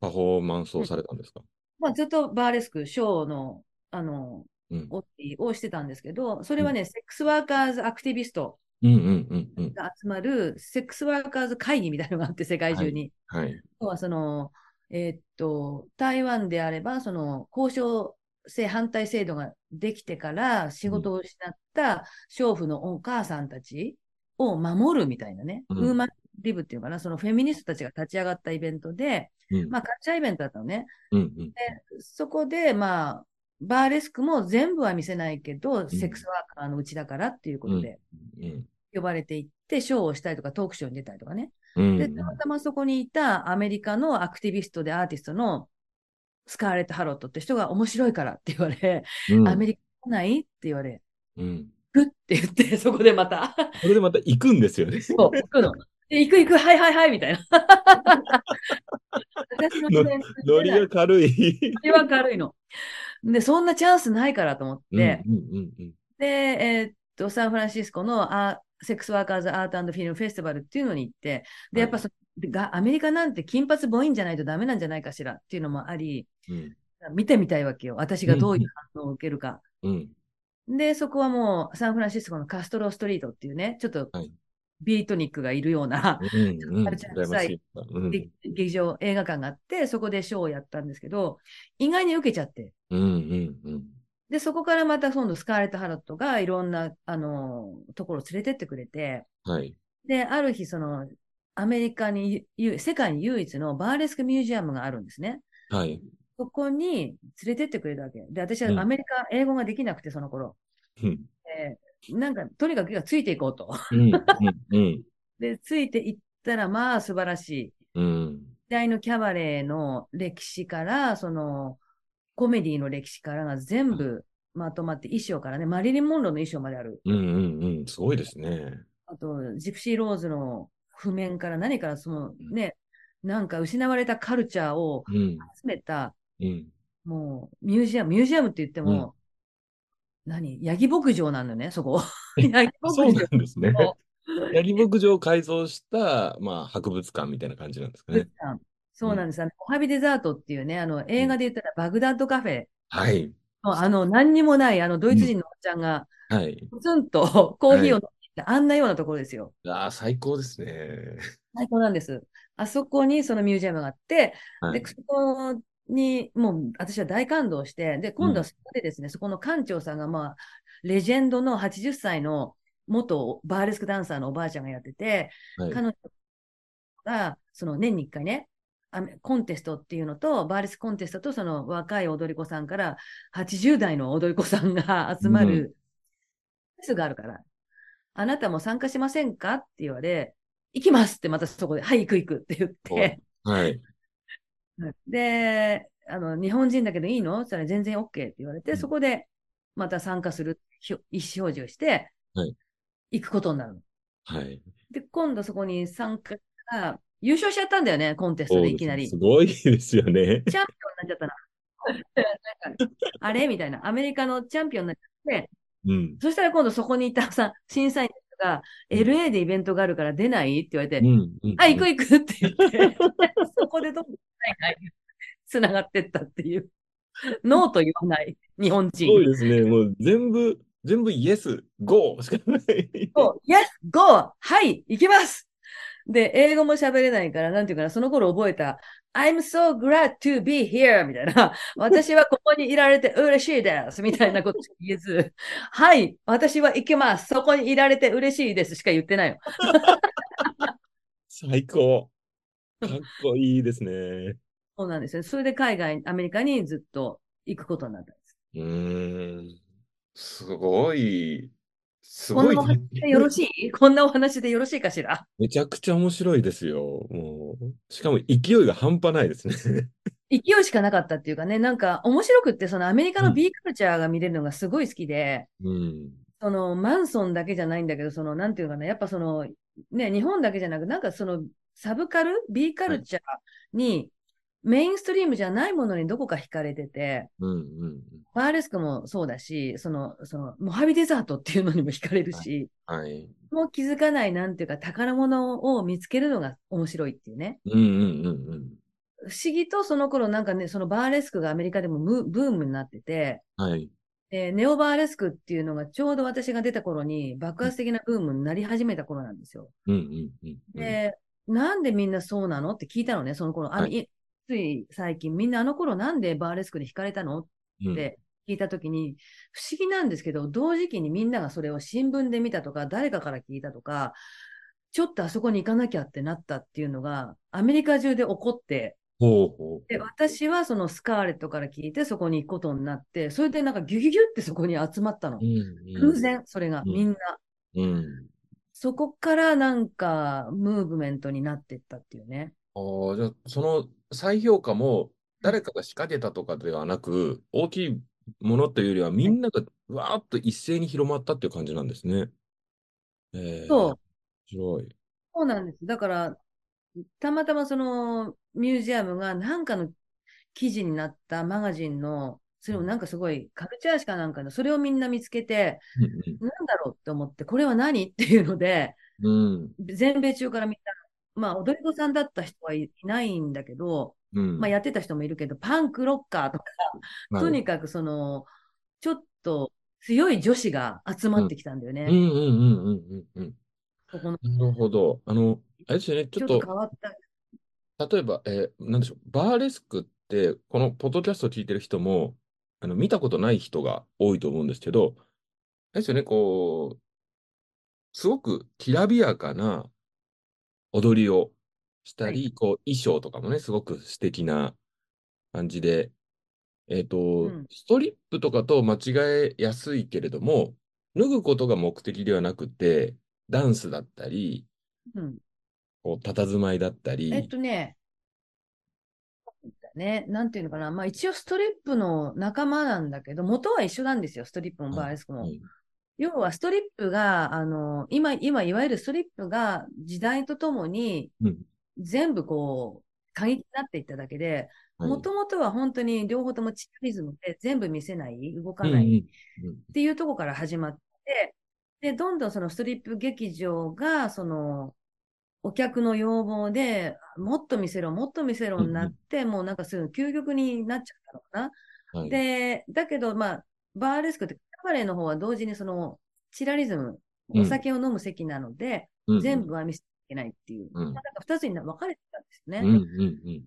B: パフォーマンスをされたんですか
C: まあ、ずっとバーレスク、ショーの、あの、
B: うん。
C: オッティをしてたんですけど、それはね、セックスワーカーズアクティビスト
B: うんうんうんうん。
C: が集まる、セックスワーカーズ会議みたいなのがあって、世界中に。
B: はい。
C: 要はその、えーっと、台湾であれば、その、交渉性反対制度ができてから仕事を失った娼婦のお母さんたちを守るみたいなね、
B: うん
C: ウーマンリブっていうのかな、そのフェミニストたちが立ち上がったイベントで、
B: うん
C: まあ、カルチャーイベントだったのね。
B: うんうん。
C: そこで、まあ、バーレスクも全部は見せないけど、セックスワーカーのうちだからっていうことで
B: うん
C: 呼ばれていって、ショーをしたりとか、トークショーに出たりとかね。
B: うん
C: で、たまたまそこにいたアメリカのアクティビストでアーティストのスカーレット・ハロットって人が面白いからって言われ、
B: うん
C: アメリカ来ないって言われ、
B: うん。
C: グッって言って、そこでまた、
B: それでまた行くんですよね。
C: そう、行くの。で行く行く、はいはいはい、みたいな。私の世代の
B: ノリが軽い。
C: ノリは軽いの。で、そんなチャンスないからと思って、
B: うんうんうん
C: で、えーっと、サンフランシスコのアーセックスワーカーズアートフィルムフェスティバルっていうのに行って、
B: はい
C: で、やっぱそのがアメリカなんて金髪ボインじゃないとダメなんじゃないかしらっていうのもあり、
B: うん
C: 見てみたいわけよ。私がどういう反応を受けるか。
B: うん
C: で、そこはもうサンフランシスコのカストロストリートっていうね、ちょっと
B: はい
C: ビートニックがいるような、
B: うんうん
C: カルチャー
B: 羨ましいうん
C: 劇劇場、映画館があって、そこでショーをやったんですけど、意外に受けちゃって。
B: うんうんうん
C: で、そこからまた今度スカーレット・ハロットがいろんな、あの、ところを連れてってくれて、
B: はい。
C: で、ある日、その、アメリカにゆ、世界に唯一のバーレスクミュージアムがあるんですね。
B: はい。
C: そこに連れてってくれたわけ。で、私
B: うん
C: はアメリカ、英語ができなくて、その頃。
B: うん
C: えーなんか、とにかくついていこうと。
B: うんうん
C: で、ついていったら、まあ、素晴らしい。
B: うん
C: 時代のキャバレーの歴史から、その、コメディの歴史からが全部まとまって、衣装からね、マリリン・モンローの衣装まである。
B: うんうんうんすごいですね。
C: あと、ジプシー・ローズの譜面から何から、そのね、なんか失われたカルチャーを
B: うん
C: 集めた、
B: うん
C: もう、ミュージアム、ミュージアムって言っても、何ヤギ牧場なんだよね、そこ。 ヤギ
B: そう
C: 牧
B: な
C: 場
B: んですね。
C: そ
B: ヤギ牧場を改造した、まあ、博物館みたいな感じなんですかね。
C: そうなんです。あの、おはびデザートっていうね、あの、映画で言ったらバグダッドカフェ
B: はい。
C: の、あの、何にもない、あの、ドイツ人のおっちゃんが、
B: はい。
C: ポツンとコーヒーを飲んでいた、あんなようなところですよ。
B: ああ、最高ですね。
C: 最高なんです。あそこにそのミュージアムがあって、
B: は
C: で
B: い、。
C: そこに、もう私は大感動して、で、今度はそこでですね、そこの館長さんが、まあ、レジェンドの80歳の元バーレスクダンサーのおばあちゃんがやってて、
B: はい
C: 彼女が、その年に1回ね、あコンテストっていうのと、バーレスクコンテストと、その若い踊り子さんから、80代の踊り子さんが集まるフェスがあるから、あなたも参加しませんかって言われ、行きますってまたそこで、はい、行く行くって言って、
B: はい。
C: で、あの、日本人だけどいいのって言ったら全然 OK って言われ
B: うん
C: て、そこでまた参加するひょ意思表示をして
B: はい、
C: 行くことになるの。
B: はい。
C: で、今度そこに参加が、優勝しちゃったんだよね、コンテストでいきなり。
B: す
C: チャン
B: ごいですよね。
C: ピオンになっちゃったな。なん かあれみたいな。アメリカのチャンピオンになっちゃって、
B: うん。
C: そしたら今度そこにいたさ、審査員が、
B: うん
C: LA でイベントがあるから出ないって言われて
B: う、ん。うん
C: あ、行く行くって言って、 そこでどんどん海外に繋がってったっていう。ノーと言わない、日本
B: すごい
C: 人。
B: ですね。もう全部全部イエス、ゴーしかない。
C: そう、Yes, go! はい、行きますで、英語も喋れないから、なんていうかな、その頃覚えた、I'm so glad to be here! みたいな、私はここにいられて嬉しいですみたいなことしか言えず、はい、私は行きますそこにいられて嬉しいですしか言ってないよ。
B: 最高。かっこいいですね。う
C: そうなんですよ。それで海外、アメリカにずっと行くことになったんです。
B: ーん。すごい。す
C: こん
B: ごい
C: なお。話でよろしい こんなお話でよろしいかしら
B: めちゃくちゃ面白いですよ。もう。しかも勢いが半端ないですね。
C: 勢いしかなかったっていうかね、なんか面白くって、そのアメリカの B カルチャーが見れるのがすごい好きで、
B: うん。
C: そのマンソンだけじゃないんだけど、そのなんていうのかな、やっぱその、ね、日本だけじゃなく、なんかそのサブカル、B カルチャーに、メインストリームじゃないものにどこか惹かれてて、
B: うんうんうん。
C: バーレスクもそうだし、その、その、モハビデザートっていうのにも惹かれるし、
B: はい。
C: もう気づかないなんていうか宝物を見つけるのが面白いっていうね。
B: うんうんうんうん。
C: 不思議とその頃なんかね、そのバーレスクがアメリカでもムブームになってて、
B: はい。
C: でネオバーレスクっていうのがちょうど私が出た頃に爆発的なブームになり始めた頃なんですよ。
B: うんうんうんうん。
C: で、なんでみんなそうなのって聞いたのね、その頃。あの
B: はい
C: いつい最近、みんなあの頃なんでバーレスクに惹かれたのっ
B: うん
C: て聞いた時に、不思議なんですけど、同時期にみんながそれを新聞で見たとか、誰かから聞いたとか、ちょっとあそこに行かなきゃってなったっていうのが、アメリカ中で起こって、
B: ほうほう
C: で、私はそのスカーレットから聞いてそこに行くことになって、それでなんかギュギュギュってそこに集まったの
B: う。んうん
C: 偶然、それが、
B: うん
C: みんな。
B: うん。
C: そこからなんか、ムーブメントになってったっていうね。
B: ああ、じゃあ、その再評価も、誰かが仕掛けたとかではなく、大きいものというよりは、みんながわーっと一斉に広まったっていう感じなんですね。えー、
C: そう
B: 面白い。
C: そうなんです。だから、たまたまそのミュージアムがなんかの記事になったマガジンの、それもなんかすごいカルチャー誌かなんかの、それをみんな見つけて、なんだろうって思って、これは何っていうので、
B: うんうん。
C: 全米中からみんな、まあ、踊り子さんだった人はいいないんだけど、
B: うん。うん。
C: まあ、やってた人もいるけど、パンクロッカーとか、
B: なる
C: と
B: ほど
C: にかくその、ちょっと強い女子が集まってきたんだよね。
B: うんうんうんうんうん
C: ここの
B: うん。なるほど。あの、あれですよね、ち
C: ち
B: ょ
C: ょ
B: っ
C: っと
B: と
C: 変わった。
B: 例えば、えーなんでしょう、バーレスクって、このポッドキャストを聞いてる人も、あの見たことない人が多いと思うんですけど、あれですよね、こう、すごくきらびやかな踊りをしたり、こう衣装とかもね、すごく素敵な感じで、えっと、
C: ん
B: ストリップとかと間違えやすいけれども、脱ぐことが目的ではなくて、ダンスだったり、
C: うん、
B: こう佇まいだったり、
C: えっとね、ね、なんていうのかな、まあ一応ストリップの仲間なんだけど、元は一緒なんですよ、ストリップもバーレスクも。
B: はい
C: 要はストリップが、あの、今、今、いわゆるストリップが時代とともに
B: うん、
C: 全部こう、過激になっていっただけで、
B: はい
C: もともとは本当に両方ともチアリズムで全部見せない、動か
B: うん
C: ない、
B: うんうん
C: っていうところから始まって、で、どんどんそのストリップ劇場が、その、お客の要望で、もっと見せろ、もっと見せろになって、もうなんかすぐ究極になっちゃったのか
B: は
C: な。
B: い、
C: で、だけど、まあ、バーレスクって、カバレーの方は同時にその、チラリズム、
B: うん
C: お酒を飲む席なので、全部は見せちゃいけないっていう、
B: うん、うん
C: なんか二つに分かれてたんですね。
B: うんうん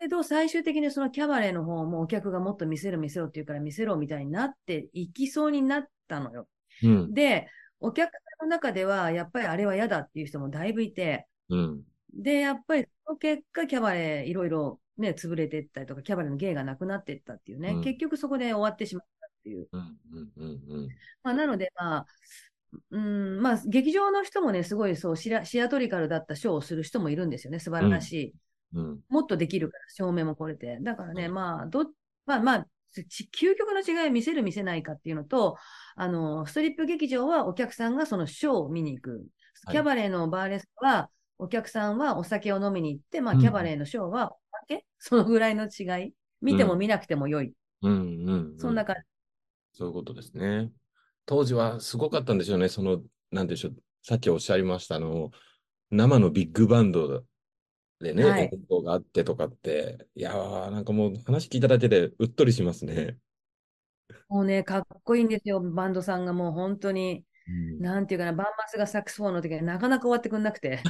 C: けど、最終的にそのキャバレーの方もお客がもっと見せろ見せろって言うから見せろみたいになっていきそうになったのよ。
B: うん
C: で、お客さんの中では、やっぱりあれは嫌だっていう人もだいぶいて、
B: うん
C: で、やっぱりその結果、キャバレーいろいろね、潰れていったりとか、キャバレーの芸がなくなっていったっていうね、
B: うん
C: 結局そこで終わってしまったっていう。
B: うんうんうんうん
C: まあ、なので、まあ、うん、まあ、劇場の人もね、すごいそうシラ、シアトリカルだったショーをする人もいるんですよね、素晴らしい。
B: うん
C: もっとできるから、照明もこれで。だからね、
B: うん
C: まあ、どっ、まあまあ、ち究極の違いを見せる見せないかっていうのと、あの、ストリップ劇場はお客さんがそのショーを見に行く。
B: はい
C: キャバレーのバーレスクは、お客さんはお酒を飲みに行って、まあ、
B: うん
C: キャバレーのショーはお酒、 そのぐらいの違い。見ても見なくても良い。
B: うんうん
C: そんな感じ。
B: そういうことですね。当時はすごかったんでしょうね。その、なんでしょう。さっきおっしゃいました、あの、生のビッグバンドでね、
C: はい
B: 演奏があってとかって、いやー、なんかもう話聞いただけでうっとりしますね。
C: もうね、かっこいいんですよ、バンドさんがもう本当に。
B: うん
C: なんていうかな、バンマスがサックスフォンの時はなかなか終わってくんなく て。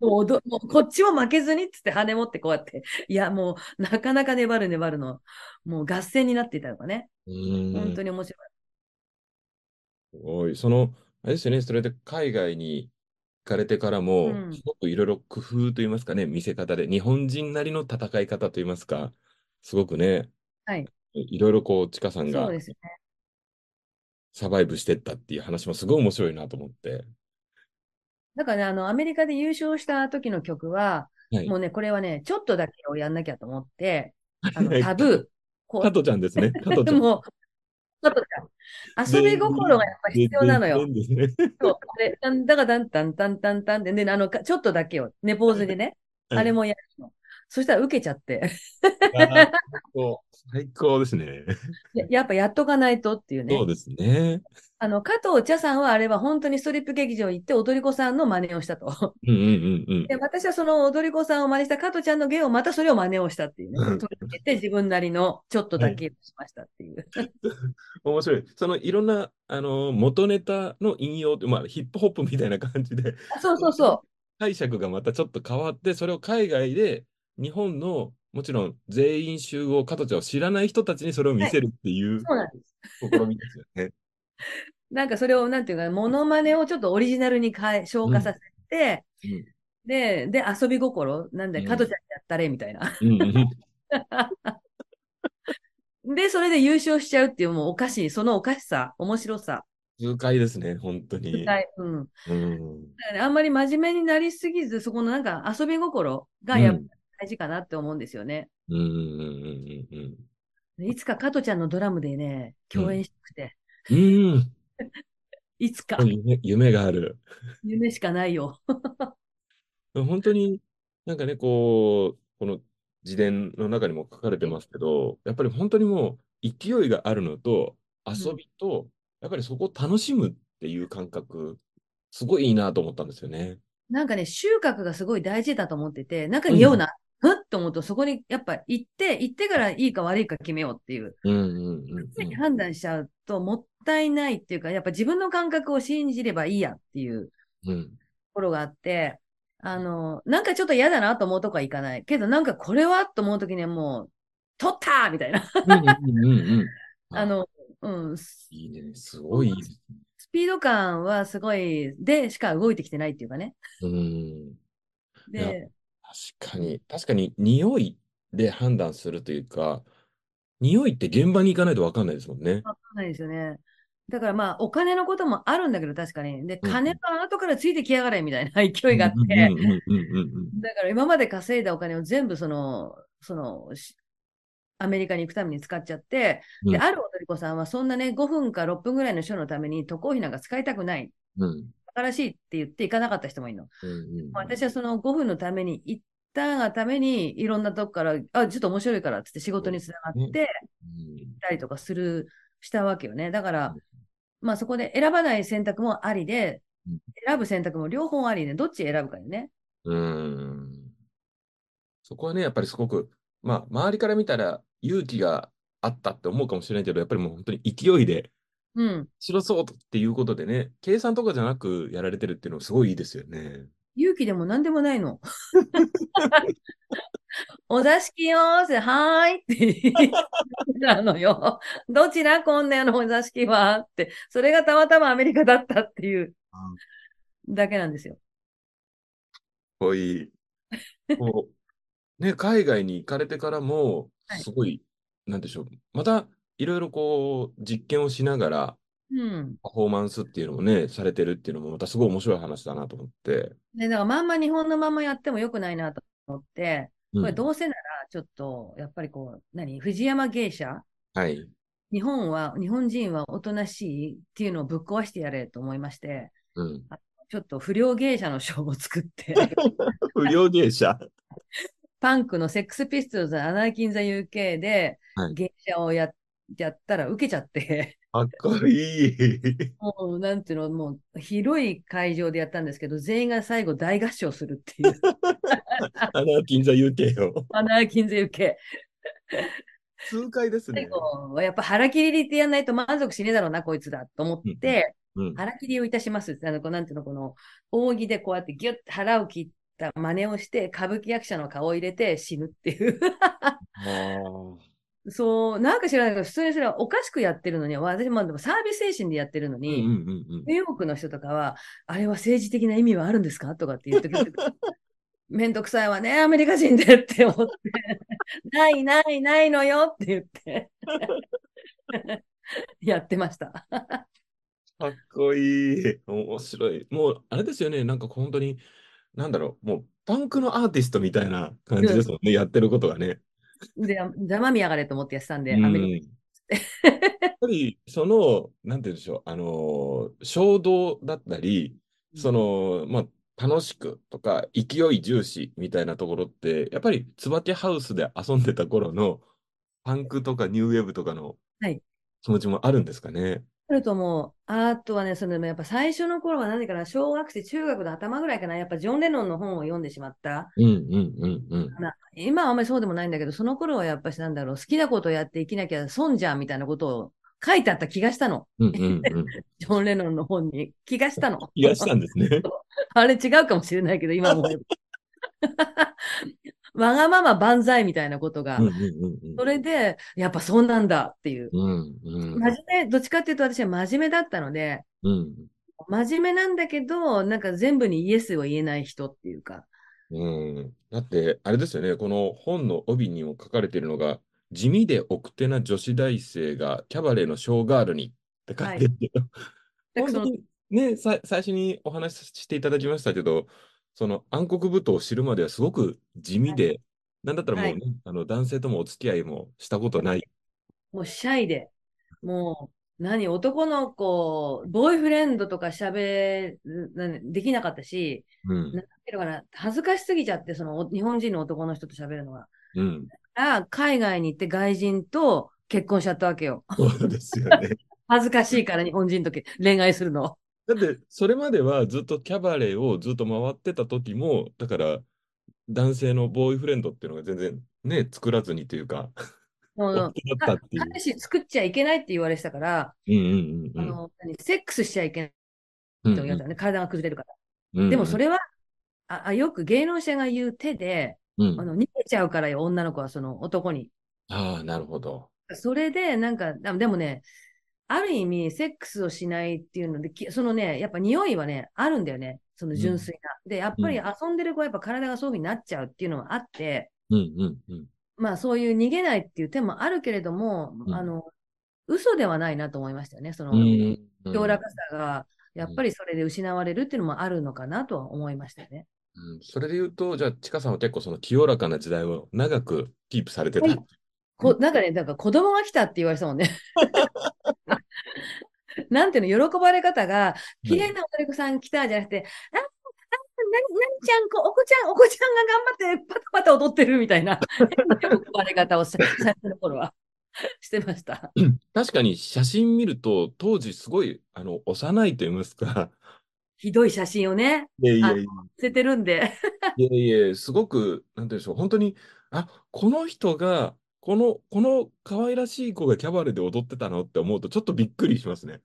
C: もうどもうこっちも負けずにっつって羽持ってこうやって。いや、もうなかなか粘る粘るの、もう合戦になっていたのがね。本当に面白い。
B: すごい。その、あれですよね、それで海外に行かれてからも
C: う、ん
B: すごくいろいろ工夫といいますかね、見せ方で、日本人なりの戦い方といいますか、すごくね、
C: はい
B: いろいろこう、ちかさん
C: そう
B: が
C: ですよね。
B: サバイブしてったっていう話もすごい面白いなと思って。
C: だからね、あの、アメリカで優勝した時の曲は、
B: はい
C: もうね、これはね、ちょっとだけをやんなきゃと思って、あ
B: は
C: の
B: い
C: タブー。こう
B: 加藤ちゃんですね、加藤ち
C: で
B: ゃん。
C: も、ちょっと遊び心がやっぱり必要なのよ。
B: 全然ですね。
C: そう、あれ、だんだがだんだんだんだんだんで、ね、あの、かちょっとだけを、寝坊主でね、あれ
B: も。
C: もやるの。そしたら受けちゃって、
B: 最高最高ですね。
C: ややっぱやっとかないとっていう
B: そう
C: ね。
B: ですね。
C: あの、加藤茶さんはあれは本当にストリップ劇場行って踊り子さんの真似をしたと。
B: うんうんうんうん。
C: で、私はその踊り子さんを真似した加藤ちゃんの芸をまたそれを真似をしたっていうね。
B: うん
C: 取り入れて自分なりのちょっとだけをしましたっていう。
B: 面白い。そのいろんな、あの、元ネタの引用って、まあ、ヒップホップみたいな感じで、
C: あそうそうそ
B: 解釈がまたちょっと変わって、それを海外で日本のもちろん全員集合、加藤ちゃんを知らない人たちにそれを見せるっていう
C: う。そうなんです。
B: 試みですよね。
C: なんかそれを、なんていうか、モノマネをちょっとオリジナルに変え、消化させて、
B: うん
C: で、で、遊び心、なんで、
B: うん
C: 加トちゃんやったれ、みたいな。
B: うんうん
C: で、それで優勝しちゃうっていう、もうおかしい、そのおかしさ、面白さ、
B: 痛快ですね、本当に。
C: 深いうん。
B: うん。
C: だからあんまり真面目になりすぎず、そこのなんか遊び心がやっぱり大事かなって思うんですよね。
B: うんうんうんうんうん。
C: いつか加トちゃんのドラムでね、共演したくて、
B: うん、
C: いつか、
B: 夢夢がある。
C: 夢しかないよ。
B: 本当になんかね、こう、この自伝の中にも書かれてますけど、やっぱり本当にもう勢いがあるのと、遊びと、やっぱりそこを楽しむっていう感覚、すごいいいなと思ったんですよね。
C: なんかね、収穫がすごい大事だと思ってて、なんか匂うな、ふっと思うと、そこにやっぱ行って、行ってからいいか悪いか決めようっていう、
B: うんうんうんうん。
C: 判断しちゃうともったいないっていうか、やっぱ自分の感覚を信じればいいやっていうと
B: うん
C: ころがあって、あの、なんかちょっと嫌だなと思うとこはいかない。けど、なんかこれはと思うときにはもう、取ったみたいな。
B: うんうんうんうん。あ
C: あの、うん、ス
B: いいね。すごいいいですね。
C: スピード感はすごい、でしか動いてきてないっていうかね。
B: うん。い
C: で、
B: 確かに、確かに、匂いで判断するというか、匂いって現場に行かないと分かんないですもんね。
C: わかんないですよね。だからまあ、お金のこともあるんだけど、確かに。で、
B: うん
C: 金は後からついてきやがれみ たいな勢いがあっ
B: うん
C: て、
B: うんうんうんうんうん。
C: だから今まで稼いだお金を全部その、その、しアメリカに行くために使っちゃって、で、
B: うん
C: ある踊り子さんはそんなね、5分か6分ぐらいのショーのために渡航費なんか使いたくない、
B: うん
C: 新しいって言って行かなかった人もいるの。
B: うんうん
C: まあ私はその5分のために行ったがために、いろんなとこから、あ、ちょっと面白いからっつって仕事につながって、
B: うん
C: ったりとかする、したわけよね。だから、まあそこで選ばない選択もありで
B: うん、
C: 選ぶ選択も両方ありで、どっち選ぶかよね。
B: うんそこはね、やっぱりすごく、まあ、周りから見たら勇気があったって思うかもしれないけど、やっぱりもう本当に勢いで、
C: うん。
B: 白そうっていうことでね、計算とかじゃなくやられてるっていうのはすごいいいですよね。
C: 勇気でも何でもない の。お座敷よーせ、はーいって言ったのよ。どちらこんなのお座敷はって。それがたまたまアメリカだったっていうだけなんですよ。
B: こういい。こ う、ね、海外に行かれてからも
C: は、い
B: すごい、なんでしょう。また、いろいろこう、実験をしながら、
C: うん。
B: パフォーマンスっていうのもね、されてるっていうのも、またすごい面白い話だなと思って。
C: で、だからまんま日本のまんまやっても良くないなと思って、
B: うん
C: これどうせならちょっと、やっぱりこう、何藤山芸者
B: はい。
C: 日本は、日本人はおとなしいっていうのをぶっ壊してやれと思いまして、
B: うん。
C: ちょっと不良芸者のショーを 作って、
B: 不良芸者。
C: パンクのセックスピストルズ、アナーキン・ザ・ UK で
B: はい
C: 芸者をややったら受けちゃって、
B: かっこいい。
C: もうなんていうの、もう広い会場でやったんですけど、全員が最後大合唱するっ ていう、
B: アナーキンザ言うてよ。
C: アナーキン・ザ・ UK。
B: 痛快です
C: 最
B: ね。
C: 後はやっぱ腹切りってやんないと満足しねえだろうな、こいつだと思って、
B: うん。
C: 腹切りをいたしますって。あの、こうなんていうの、この、扇でこうやってギュッて腹を切った真似をして、歌舞伎役者の顔を入れて死ぬっていう。
B: あー
C: そう、なんか知らないけど、普通にそれはおかしくやってるのに、私もでもサービス精神でやってるの
B: うんう
C: に、
B: んうんうん。
C: ニューヨークの人とかは、あれは政治的な意味はあるんですかとかって言ってく る。めんどくさいわね、アメリカ人でって思って。 ないないないのよって言って。 やってました。
B: かっこいい。面白い。もう、あれですよね。なんか本当に、なんだろう。もう、パンクのアーティストみたいな感じですもんね。やってることがね。
C: で、ざまみやがれと思ってやってたんで、
B: うん
C: アメリ
B: やっぱり、その、なんて言うんでしょう。あのー、衝動だったり、
C: カ。
B: その、まあ、楽しくとか、勢い重視みたいなところって、やっぱり、椿ハウスで遊んでた頃の、パンクとかニューウェーブとかの
C: はい
B: 気持ちもあるんですかね。
C: あると思う。あとはね、そのやっぱ最初の頃は何かな、小学生、中学の頭ぐらいかな、やっぱジョン・レノンの本を読んでしまった。
B: うんうんうんうん。
C: 今はあんまりそうでもないんだけど、その頃はやっぱしなんだろう、好きなことをやって生きなきゃ損じゃんみたいなことを書いてあった気がしたの。
B: うんうん うん。
C: ジョン・レノンの本に気がしたの。
B: いらしたんですね。
C: あれ違うかもしれないけど、今も。 わがまま万歳みたいなことが。
B: うんうんうんうん
C: それで、やっぱそうなんだっていう。
B: うんうん
C: 真面目、どっちかっていうと私は真面目だったので、
B: うん
C: 真面目なんだけど、なんか全部にイエスを言えない人っていうか。
B: うんだって、あれですよね、この本の帯にも書かれているのが、地味で奥手な女子大生がキャバレーのショーガールにって書いてるけど、
C: な
B: 本
C: んかそ
B: 当
C: の
B: にね、さ、最初にお話ししていただきましたけど、その暗黒舞踏を知るまではすごく地味で、なんだったらもうね、あの男性ともお付き合いもしたことない。
C: もうシャイで、もう、何、男の子、ボーイフレンドとか喋る、なんできなかったし、
B: うん
C: なんていうのかな、恥ずかしすぎちゃって、その、お日本人の男の人と喋るのが。
B: うん、
C: だから海外に行って外人と結婚しちゃったわけよ。
B: そうですよね。
C: 恥ずかしいから日本人とけ恋愛するの。
B: だって、それまではずっとキャバレーをずっと回ってた時も、だから、男性のボーイフレンドっていうのが全然ね、作らずにというか、
C: も
B: だっ
C: う
B: たっていう。
C: 彼氏作っちゃいけないって言われてたから、
B: うんうんうん
C: あの何セックスしちゃいけないって
B: うん。
C: 言われたのね、体が崩れるから。
B: うんうん
C: でもそれは、ああよく芸能者が言う手で、
B: うん
C: あの逃げちゃうからよ、女の子はその男に。
B: ああ、なるほど。
C: それで、なんか、あでもね、ある意味、セックスをしないっていうので、きそのね、やっぱ匂いはね、あるんだよね、その純粋な。で、やっぱり遊んでる子はやっぱ体がそういうふうになっちゃうっていうのはあって、
B: うんうんうん。
C: まあそういう逃げないっていう手もあるけれども、
B: うん
C: あの、嘘ではないなと思いましたよね、その、
B: うんうん
C: 強らかさが、やっぱりそれで失われるっていうのもあるのかなとは思いましたよね。
B: うんそれで言うと、じゃあ、ちかさんは結構その清らかな時代を長くキープされてた。
C: はいこなんかね、だから子供が来たって言われてたもんね。 なんていうの、喜ばれ方が、
B: うん
C: 綺麗なお子さん来たじゃなくて、あ、あ、な、なにちゃん、こ、お子ちゃん、お子ちゃんが頑張って、パタパタ踊ってるみたいな、変な喜ばれ方 をさ最初の頃はしてました。
B: 確かに写真見ると、当時すごい、あの、幼いと言いますか。
C: ひどい写真をね、
B: いやいやいや
C: 捨ててるんで。
B: いえいえ、すごく、なんていうんでしょう、本当に、あ、この人が、この、この可愛らしい子がキャバレーで踊ってたのって思うと、ちょっとびっくりしますね。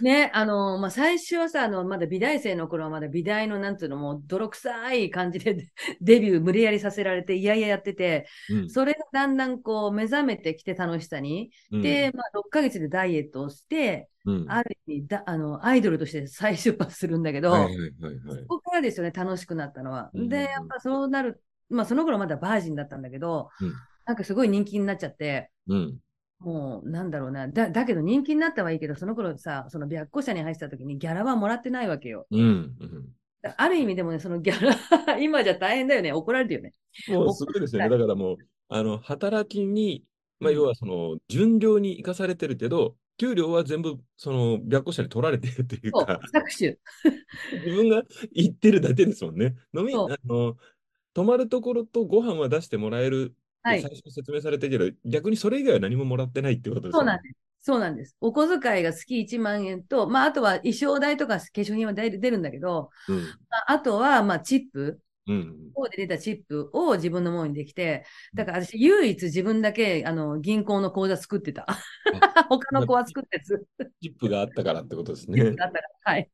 C: ね、あの、まあ、最初はさ、あの、まだ美大生の頃はまだ美大の、なんていうの、もう泥臭い感じでデデビュー無理やりさせられて、いやいややってて、
B: うん、
C: それがだんだんこう目覚めてきて楽しさに。
B: うん、
C: で、まあ、6ヶ月でダイエットをして、
B: うん、
C: ある意味だ、あの、アイドルとして再出発するんだけど、
B: はいはいはいはい。
C: ここからですよね、楽しくなったのは。
B: うんうんうん
C: で、やっぱそうなる、まあ、その頃まだバージンだったんだけど、
B: うん
C: なんかすごい人気になっちゃって、
B: うん、
C: もう、なんだろうな。だ、だけど人気になったはいいけど、その頃さ、その白虎社に入ってた時にギャラはもらってないわけよ。
B: うん、うん。
C: だある意味でもね、そのギャラ、 今じゃ大変だよね。怒られるよね。
B: もうすごいですよね。だからもう、あの、働きに、まあ、要はその、巡業に生かされてるけど、給料は全部、その、白虎社に取られてるという
C: そう、
B: か、
C: 搾取。
B: 自分が行ってるだけですもんね。飲み、
C: そう
B: あの、泊まるところとご飯は出してもらえるっ
C: は
B: て
C: い
B: 最。初説明されたけど、逆にそれ以外は何ももらってないってことです
C: そう
B: よ
C: な
B: ね
C: ん。です。そうなんです。お小遣いが月1万円と、まあ、あとは衣装代とか化粧品は出る出るんだけど、
B: うん
C: まあ、あとは、まあ、チップ。
B: うん。
C: こうで出たチップを自分のものにできて、だから私、唯一自分だけあの銀行の口座作ってた。 他の子は作ったやつ
B: チップがあったからってことですね。
C: だったから、はい。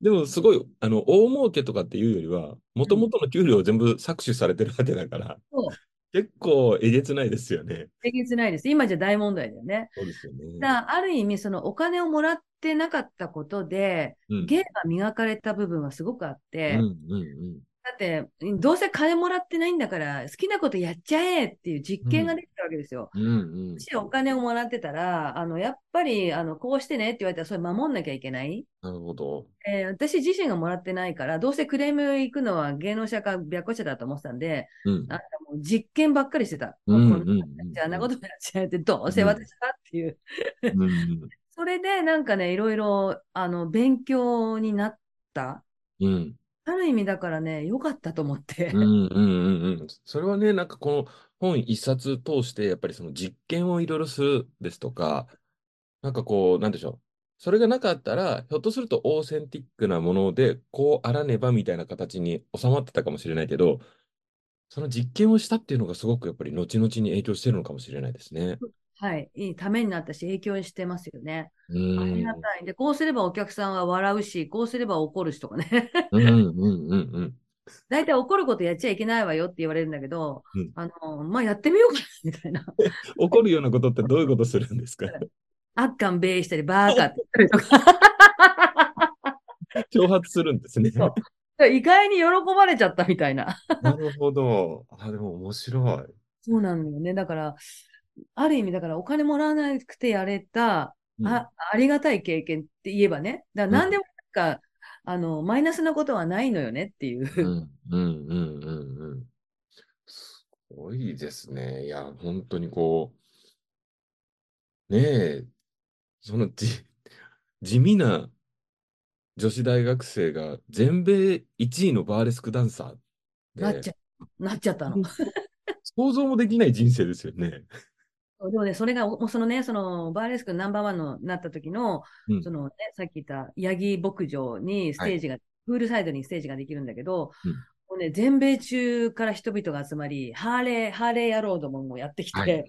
B: でもすごい、あの、大儲けとかっていうよりは、もともとの給料を全部搾取されてるわけだから
C: そう、
B: 結構えげつないですよね。
C: えげつないです。今じゃ大問題だよね。
B: そうですよね。
C: だからある意味、そのお金をもらってなかったことで、
B: うん
C: 芸が磨かれた部分はすごくあっ
B: うん
C: て、
B: うんうん。
C: だって、どうせ金もらってないんだから、好きなことやっちゃえっていう実験ができたわけですよ。
B: うんうん
C: も。しお金をもらってたら、あの、やっぱり、あの、こうしてねって言われたら、それ守んなきゃいけない。
B: なるほど。
C: えー私自身がもらってないから、どうせクレーム行くのは芸能者か白骨者だと思ってたんで、
B: うん。
C: あもう実験ばっかりしてた。
B: うん
C: もうこんな
B: うん
C: じゃああんなことやっちゃえって、どうせ私はっていう。
B: うんうん
C: それで、なんかね、いろいろ、あの、勉強になった。
B: うん。
C: ある意味だからね、良かったと思って。
B: うんうんうんうん。それはね、なんかこの本一冊通して、やっぱりその実験をいろいろするですとか、なんかこう、なんでしょう。それがなかったら、ひょっとするとオーセンティックなもので、こうあらねばみたいな形に収まってたかもしれないけど、その実験をしたっていうのがすごくやっぱり後々に影響してるのかもしれないですね。
C: はい。いいためになったし、影響してますよね。
B: う
C: あり
B: ん。
C: がたい。で、こうすればお客さんは笑うし、こうすれば怒るしとかね。
B: うんうんうんうん。
C: 大体怒ることやっちゃいけないわよって言われるんだけど、
B: うん
C: あの、まあ、やってみようかな、 みたいな。
B: 怒るようなことってどういうことするん ですか
C: 悪感米したり、バーカって言ったりとか。
B: 挑発するんですね。
C: そう 意外に喜ばれちゃったみたいな。
B: なるほど。あ、でも面白
C: そうなんだよね。だから、ある意味、だからお金もらわなくてやれた、
B: い。
C: あ、ありがたい経験って言えばね。だから何でもなんか、あの、マイナスなことはないのよねっていう。
B: うんうんうんうんうん。すごいですね。いや、本当にこう、ねえ、そのじ、地味な女子大学生が全米1位のバーレスクダンサー
C: なっ
B: で、
C: ちゃ、なっちゃったの。
B: 想像もできない人生ですよ ね。
C: でもね、それが、もうそのね、そのバーレスクナンバーワンのなった時の、
B: うん
C: そのね、さっき言ったヤギ牧場にステージが、プールサイドにステージができるんだけど、
B: うん
C: もうね、全米中から人々が集まり、ハーレー、ハーレー野郎どももやってきて、
B: はい
C: も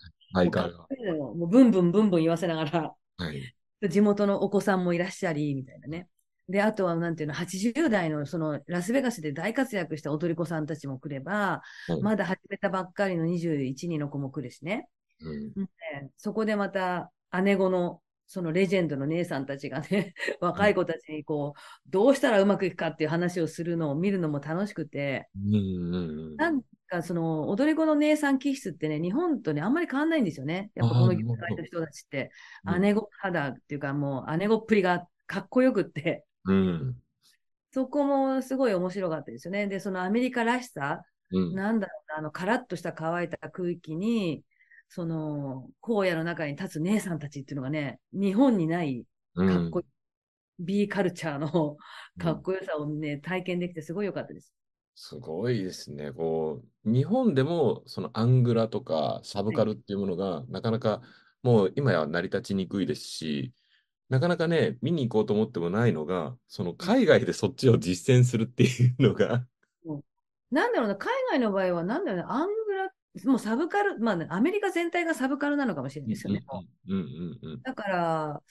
B: 相
C: う
B: 変
C: か
B: わ
C: っ
B: ら
C: こいいの よもうブンブンブンブン言わせながら、
B: ず。はい。
C: 地元のお子さんもいらっしゃり、みたいなね。で、あとは、なんていうの、80代の、その、ラスベガスで大活躍した踊り子さんたちも来れば、
B: はい
C: まだ始めたばっかりの21、2の子も来るしね。
B: うん
C: ねそこでまた姉子のそのレジェンドの姉さんたちがね、 若い子たちにこう、どうしたらうまくいくかっていう話をするのを見るのも楽しくて、
B: うんうんうん。
C: なんかその踊り子の姉さん気質ってね、日本とね、あんまり変わんないんですよね。やっぱこ
B: あ
C: の
B: ー
C: 業界の人たちって
B: なるほどう、ん
C: 姉子肌っていうかもう姉子っぷりがかっこよくって、
B: うん
C: そこもすごい面白かったですよね。で、そのアメリカらしさ、
B: うん。
C: なんだろうな、あの、カラッとした乾いた空気に、その、荒野の中に立つ姉さんたちっていうのがね、日本にない、
B: う
C: かっ
B: ん
C: こいい、B カルチャーのかっこよさをね、体験できてすごい良かったです。
B: すごいですね。こう、日本でもそのアングラとかサブカルっていうものがなかなかもう今や成り立ちにくいですし、なかなかね、見に行こうと思ってもないのが、その海外でそっちを実践するっていうのが、
C: なんだろうな、海外の場合は、なんだろうね、アングラ、もうサブカル、まあね、アメリカ全体がサブカルなのかもしれないですよね。
B: うんうんうん
C: だから、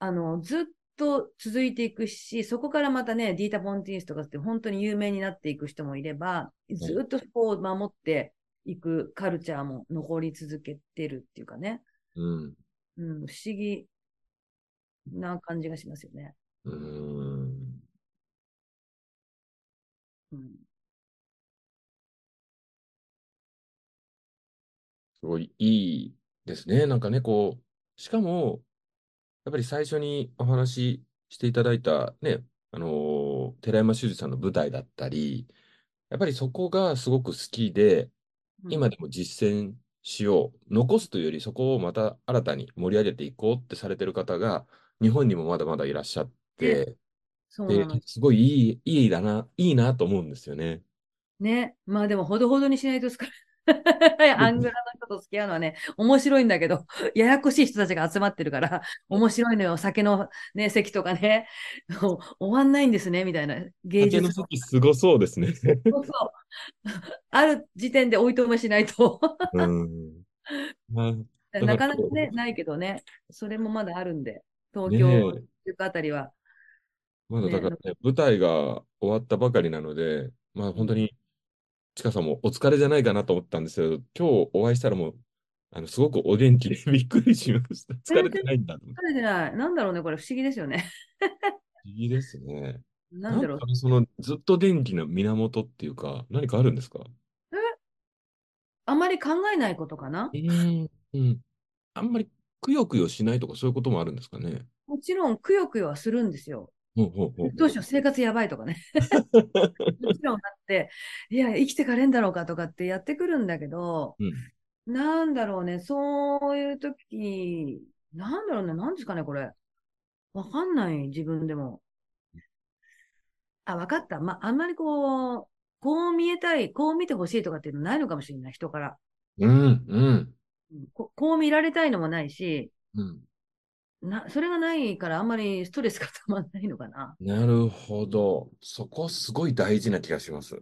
C: あの、ずっと続いていくし、そこからまたね、ディータ・ポンティースとかって本当に有名になっていく人もいれば、ずっとそこを守っていくカルチャーも残り続けてるっていうかね、
B: うん。
C: うん、不思議な感じがしますよね。
B: うん。うん。
C: うん、
B: すごいいいですね。なんかね、こう、しかも、やっぱり最初にお話ししていただいたね、あのー寺山修司さんの舞台だったり、やっぱりそこがすごく好きで、今でも実践しよう、残すというよりそこをまた新たに盛り上げていこうってされてる方が、日本にもまだまだいらっしゃって、
C: そう
B: で
C: なの。
B: すごいいい、いいだな、いいなと思うんですよね。
C: ね。まあでも、ほどほどにしないと疲れアングラの人と付き合うのはね、面白いんだけど、ややこしい人たちが集まってるから、面白いのよ、酒の、ね、席とかね、もう終わんないんですね、みたいな。芸
B: 竹の
C: 術
B: 席すごそうですね。
C: そうそう。ある時点でおいとましないと。
B: うん。まあ、ねだから
C: なかなかね、ないけどね、それもまだあるんで、東京
B: え
C: とかあたりは。
B: まだだからね、舞台が終わったばかりなので、まあ本当に、ちかさんもお疲れじゃないかなと思ったんですけど、今日お会いしたらもう、あの、すごくお元気で びっくりしま した。疲れてないんだと思って。
C: 疲れてない。なんだろうね、これ不思議ですよね。
B: 不思議ですね。
C: なんだろう
B: か。その、ずっと元気の源っていうか、何かあるんですか
C: あまり考えないことかな。
B: うん。あんまりくよくよしないとかそういうこともあるんですかね。
C: もちろん、くよくよはするんですよ。
B: ほうほうほう
C: どうしよう、生活やばいとかね。もちろんだって、いや、生きてかれんだろうかとかってやってくるんだけど、
B: うん
C: なんだろうね、そういう時、なんだろうね、なんですかね、これ。わかんない、自分でも。あ、わかった。まあ、あんまりこう、こう見えたい、こう見てほしいとかっていうのないのかもしれない、人から。
B: うん、うん、
C: うんここう見られたいのもないし、
B: うん。
C: な、それがないからあんまりストレスがたまんないのかな。
B: なるほど。そこすごい大事な気がします。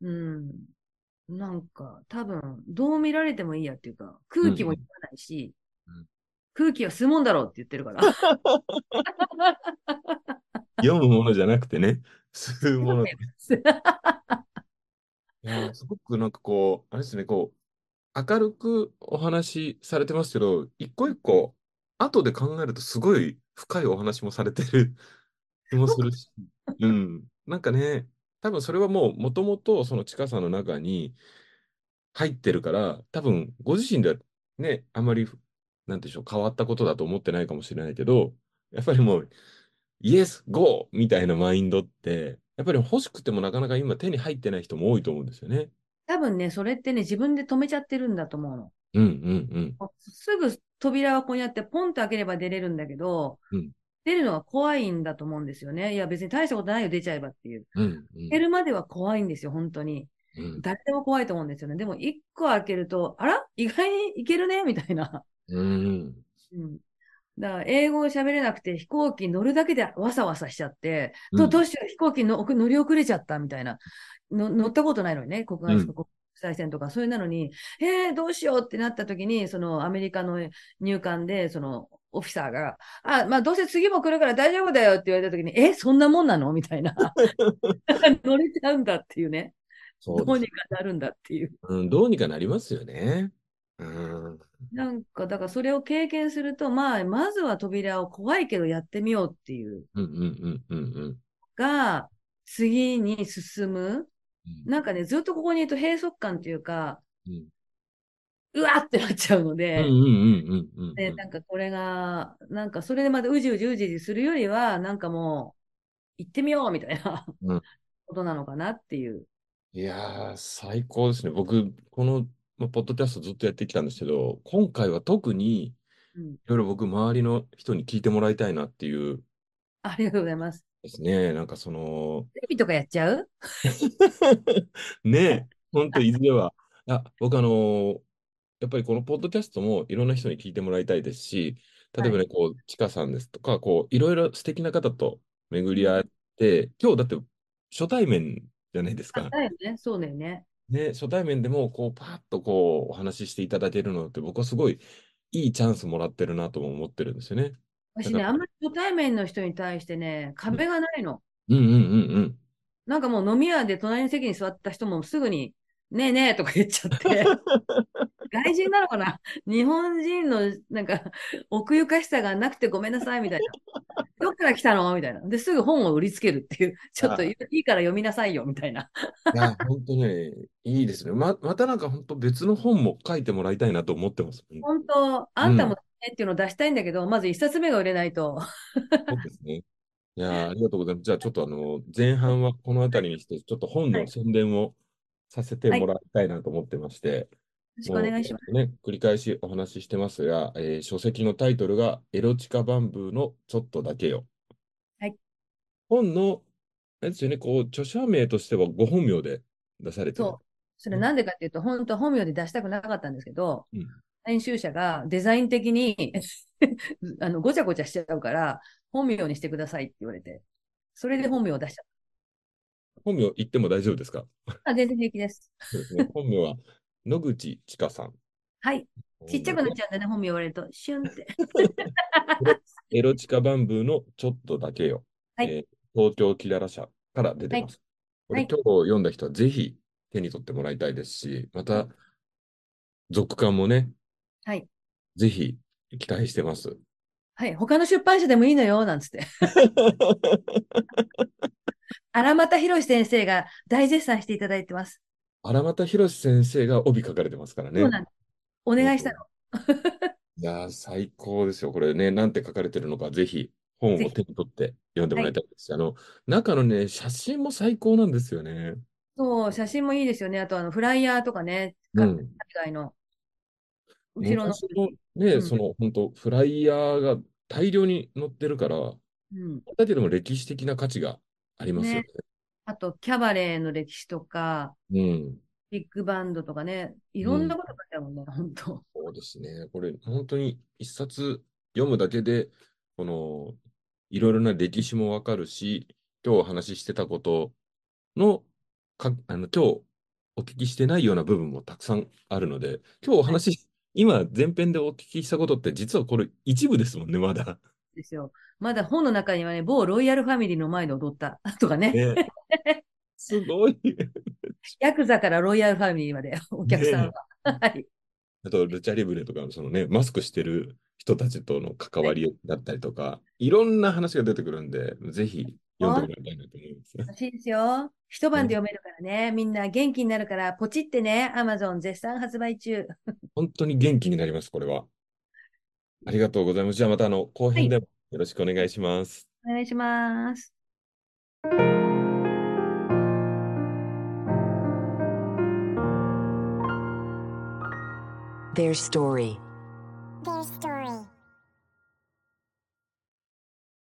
C: うん。なんか、多分、どう見られてもいいやっていうか、空気も
B: うん
C: 言わないし、
B: うん
C: 空気は吸うもんだろうって言ってるから。
B: 読むものじゃなくてね、吸うもので。いやー、すごくなんかこう、あれですね、こう、明るくお話しされてますけど、一個一個、後で考えるとすごい深いお話もされてる 気もするし、うん。なんかね、多分それはもう、もともとその近さの中に入ってるから、多分ご自身ではね、あんまり、なんていうんでしょう、変わったことだと思ってないかもしれないけど、やっぱりもう、イエス、ゴーみたいなマインドって、やっぱり欲しくてもなかなか今手に入ってない人も多いと思うんですよね。
C: 多分ね、それってね、自分で止めちゃってるんだと思うの。
B: うんうん
C: もうすぐ扉はこうやってポンと開ければ出れるんだけど、
B: うん
C: 出るのが怖いんだと思うんですよね。いや、別に大したことないよ、出ちゃえばっていう。
B: うん。うんうん
C: 開けるまでは怖いんですよ、本当に。
B: うん
C: 誰でも怖いと思うんですよね。でも、一個開けると、あら意外にいけるねみたいな。
B: うん
C: うんだから英語を喋れなくて飛行機乗るだけでわさわさしちゃって、
B: う
C: ど
B: ん
C: どうしよう飛行機の乗り遅れちゃったみたいなの乗ったことないのにね、国外
B: うん
C: 国際線とか、そういうなのに、えー、どうしようってなった時に、そのアメリカの入管で、そのオフィサーが、あ、まあどうせ次も来るから大丈夫だよって言われた時に、え、そんなもんなのみた いな。乗れちゃうんだっていうね。
B: そ
C: ど
B: う
C: う
B: で
C: に
B: す。
C: かなるんだっていう。
B: うん、どうにかなりますよね。うん。
C: なんか、だからそれを経験すると、まあ、まずは扉を怖いけどやってみようっていう
B: うんうんうんうんうん。
C: が、次に進む。
B: うん
C: なんかね、ずっとここにいると閉塞感というか、
B: うん
C: うわってなっちゃうの
B: うん
C: で、
B: うんうんうんうん
C: ね、なんかこれが、なんかそれでまたうじうじうじうじするよりは、なんかもう、行ってみようみたいな
B: うん
C: ことなのかなっていう。
B: いやー、最高ですね。僕、この、まあ、ポッドキャストずっとやってきたんですけど、今回は特にい
C: うん
B: ろいろ僕、周りの人に聞いてもらいたいなっていう
C: ありがとうございます。
B: ですね。なんかその、
C: テレビとかやっちゃう
B: ねえ、ほんと、いずれは。あ、僕、あのーやっぱりこのポッドキャストもいろんな人に聞いてもらいたいですし、例えばね、こう、ちかさんですとか、こう、いろいろ素敵な方と巡り合って、今日だって初対面じゃないですか。
C: だよね。そうだよね。
B: ね、初対面でも、こう、パーッとこう、お話ししていただけるのって、僕はすごいいいチャンスもらってるなとも思ってるんですよね。
C: 私
B: だ
C: ね、
B: から
C: あんまり初対面の人に対してね、壁がないの。
B: うんうんうんうん。
C: なんかもう飲み屋で隣の席に座った人もすぐに、ねえねえとか言っちゃって、外人なのかな日本人のなんか奥ゆかしさがなくてごめんなさいみたいな。どっから来たのみたいな。で、すぐ本を売りつけるっていう、ちょっといいから読みなさいよみたいな。
B: いや、本当ね、いいですね。ま、またなんか本当別の本も書いてもらいたいなと思ってます。うん
C: 本当、あんたもねっていうのを出したいんだけど、まず一冊目が売れないと。
B: そうですね。いやー、ありがとうございます。じゃあ、ちょっとあの、前半はこの辺りにして、ちょっと本
C: は
B: の
C: い
B: 宣伝をさせてもらいたいなと思ってまして、
C: よろしくお願いします。
B: もうね、繰り返しお話ししてますが、えー書籍のタイトルが、エロチカバンブーのちょっとだけよ。
C: はい。
B: 本の、あれですよね、こう、著者名としてはご本名で出されてる。
C: そそれなんでかっていうと、本当は本名で出したくなかったんですけど、
B: うん
C: 編集者がデザイン的に あのごちゃごちゃしちゃうから、本名にしてくださいって言われて、それで本名を出しちゃっ
B: 本名言っても大丈夫ですか
C: た。あ全然平気です。
B: そうですね本名は野口千佳さん。
C: はい。ちっちゃくなっちゃうんだね、本名言われると。シュンって。
B: エロチカバンブーのちょっとだけよ。
C: はい
B: えー東京キララ社から出てます。
C: はい
B: これ今日読んだ人はぜひ手に取ってもらいたいですし、また、続刊もね、
C: はい。
B: ぜひ期待してます。
C: はい。他の出版社でもいいのよ、なんつって。荒俣博先生が大絶賛していただいてます。
B: 荒俣博先生が帯書かれてますからね。
C: そうなんです。お願いしたの。
B: いやー、最高ですよ。これね、なんて書かれてるのか、ぜひ本を
C: ぜひ
B: 手に取って読んでもらいたいです。あの、中のね、写真も最高なんですよね。
C: そう、写真もいいですよね。あと、あの、フライヤーとかね、
B: う
C: 海
B: ん。
C: 外の。後ろの。
B: 昔のね、
C: うん
B: その本当フライヤーが大量に載ってるから、
C: うん。
B: だけでも歴史的な価値がありますよね。
C: あと、キャバレーの歴史とか、
B: うん。
C: ビッグバンドとかね、いろんなこと書いてあるもんね、本当。
B: そうですね。これ、本当に一冊読むだけで、この、いろいろな歴史もわかるし、今日お話ししてたことの、か、あの、今日お聞きしてないような部分もたくさんあるので、今日お話し、今前編でお聞きしたことって、実はこれ一部ですもんね、まだ。
C: ですよ。まだ本の中にはね、某ロイヤルファミリーの前で踊った とかね、
B: ねすごい。
C: ヤクザからロイヤルファミリーまで、お客さんは。はい。
B: あと、ルチャリブレとか、そのね、マスクしてる人たちとの関わりだったりとか、いろんな話が出てくるんで、ぜひ読んでもらいたいなと思います。
C: 楽しいですよ。一晩で読めるからね、みんな元気になるから、ポチってね、アマゾン絶賛発売中。
B: 本当に元気になります、これは。ありがとうございます。じゃあまたあの後編でもよろしくお願いします。
C: お願いします。
A: Their story.
D: Their story.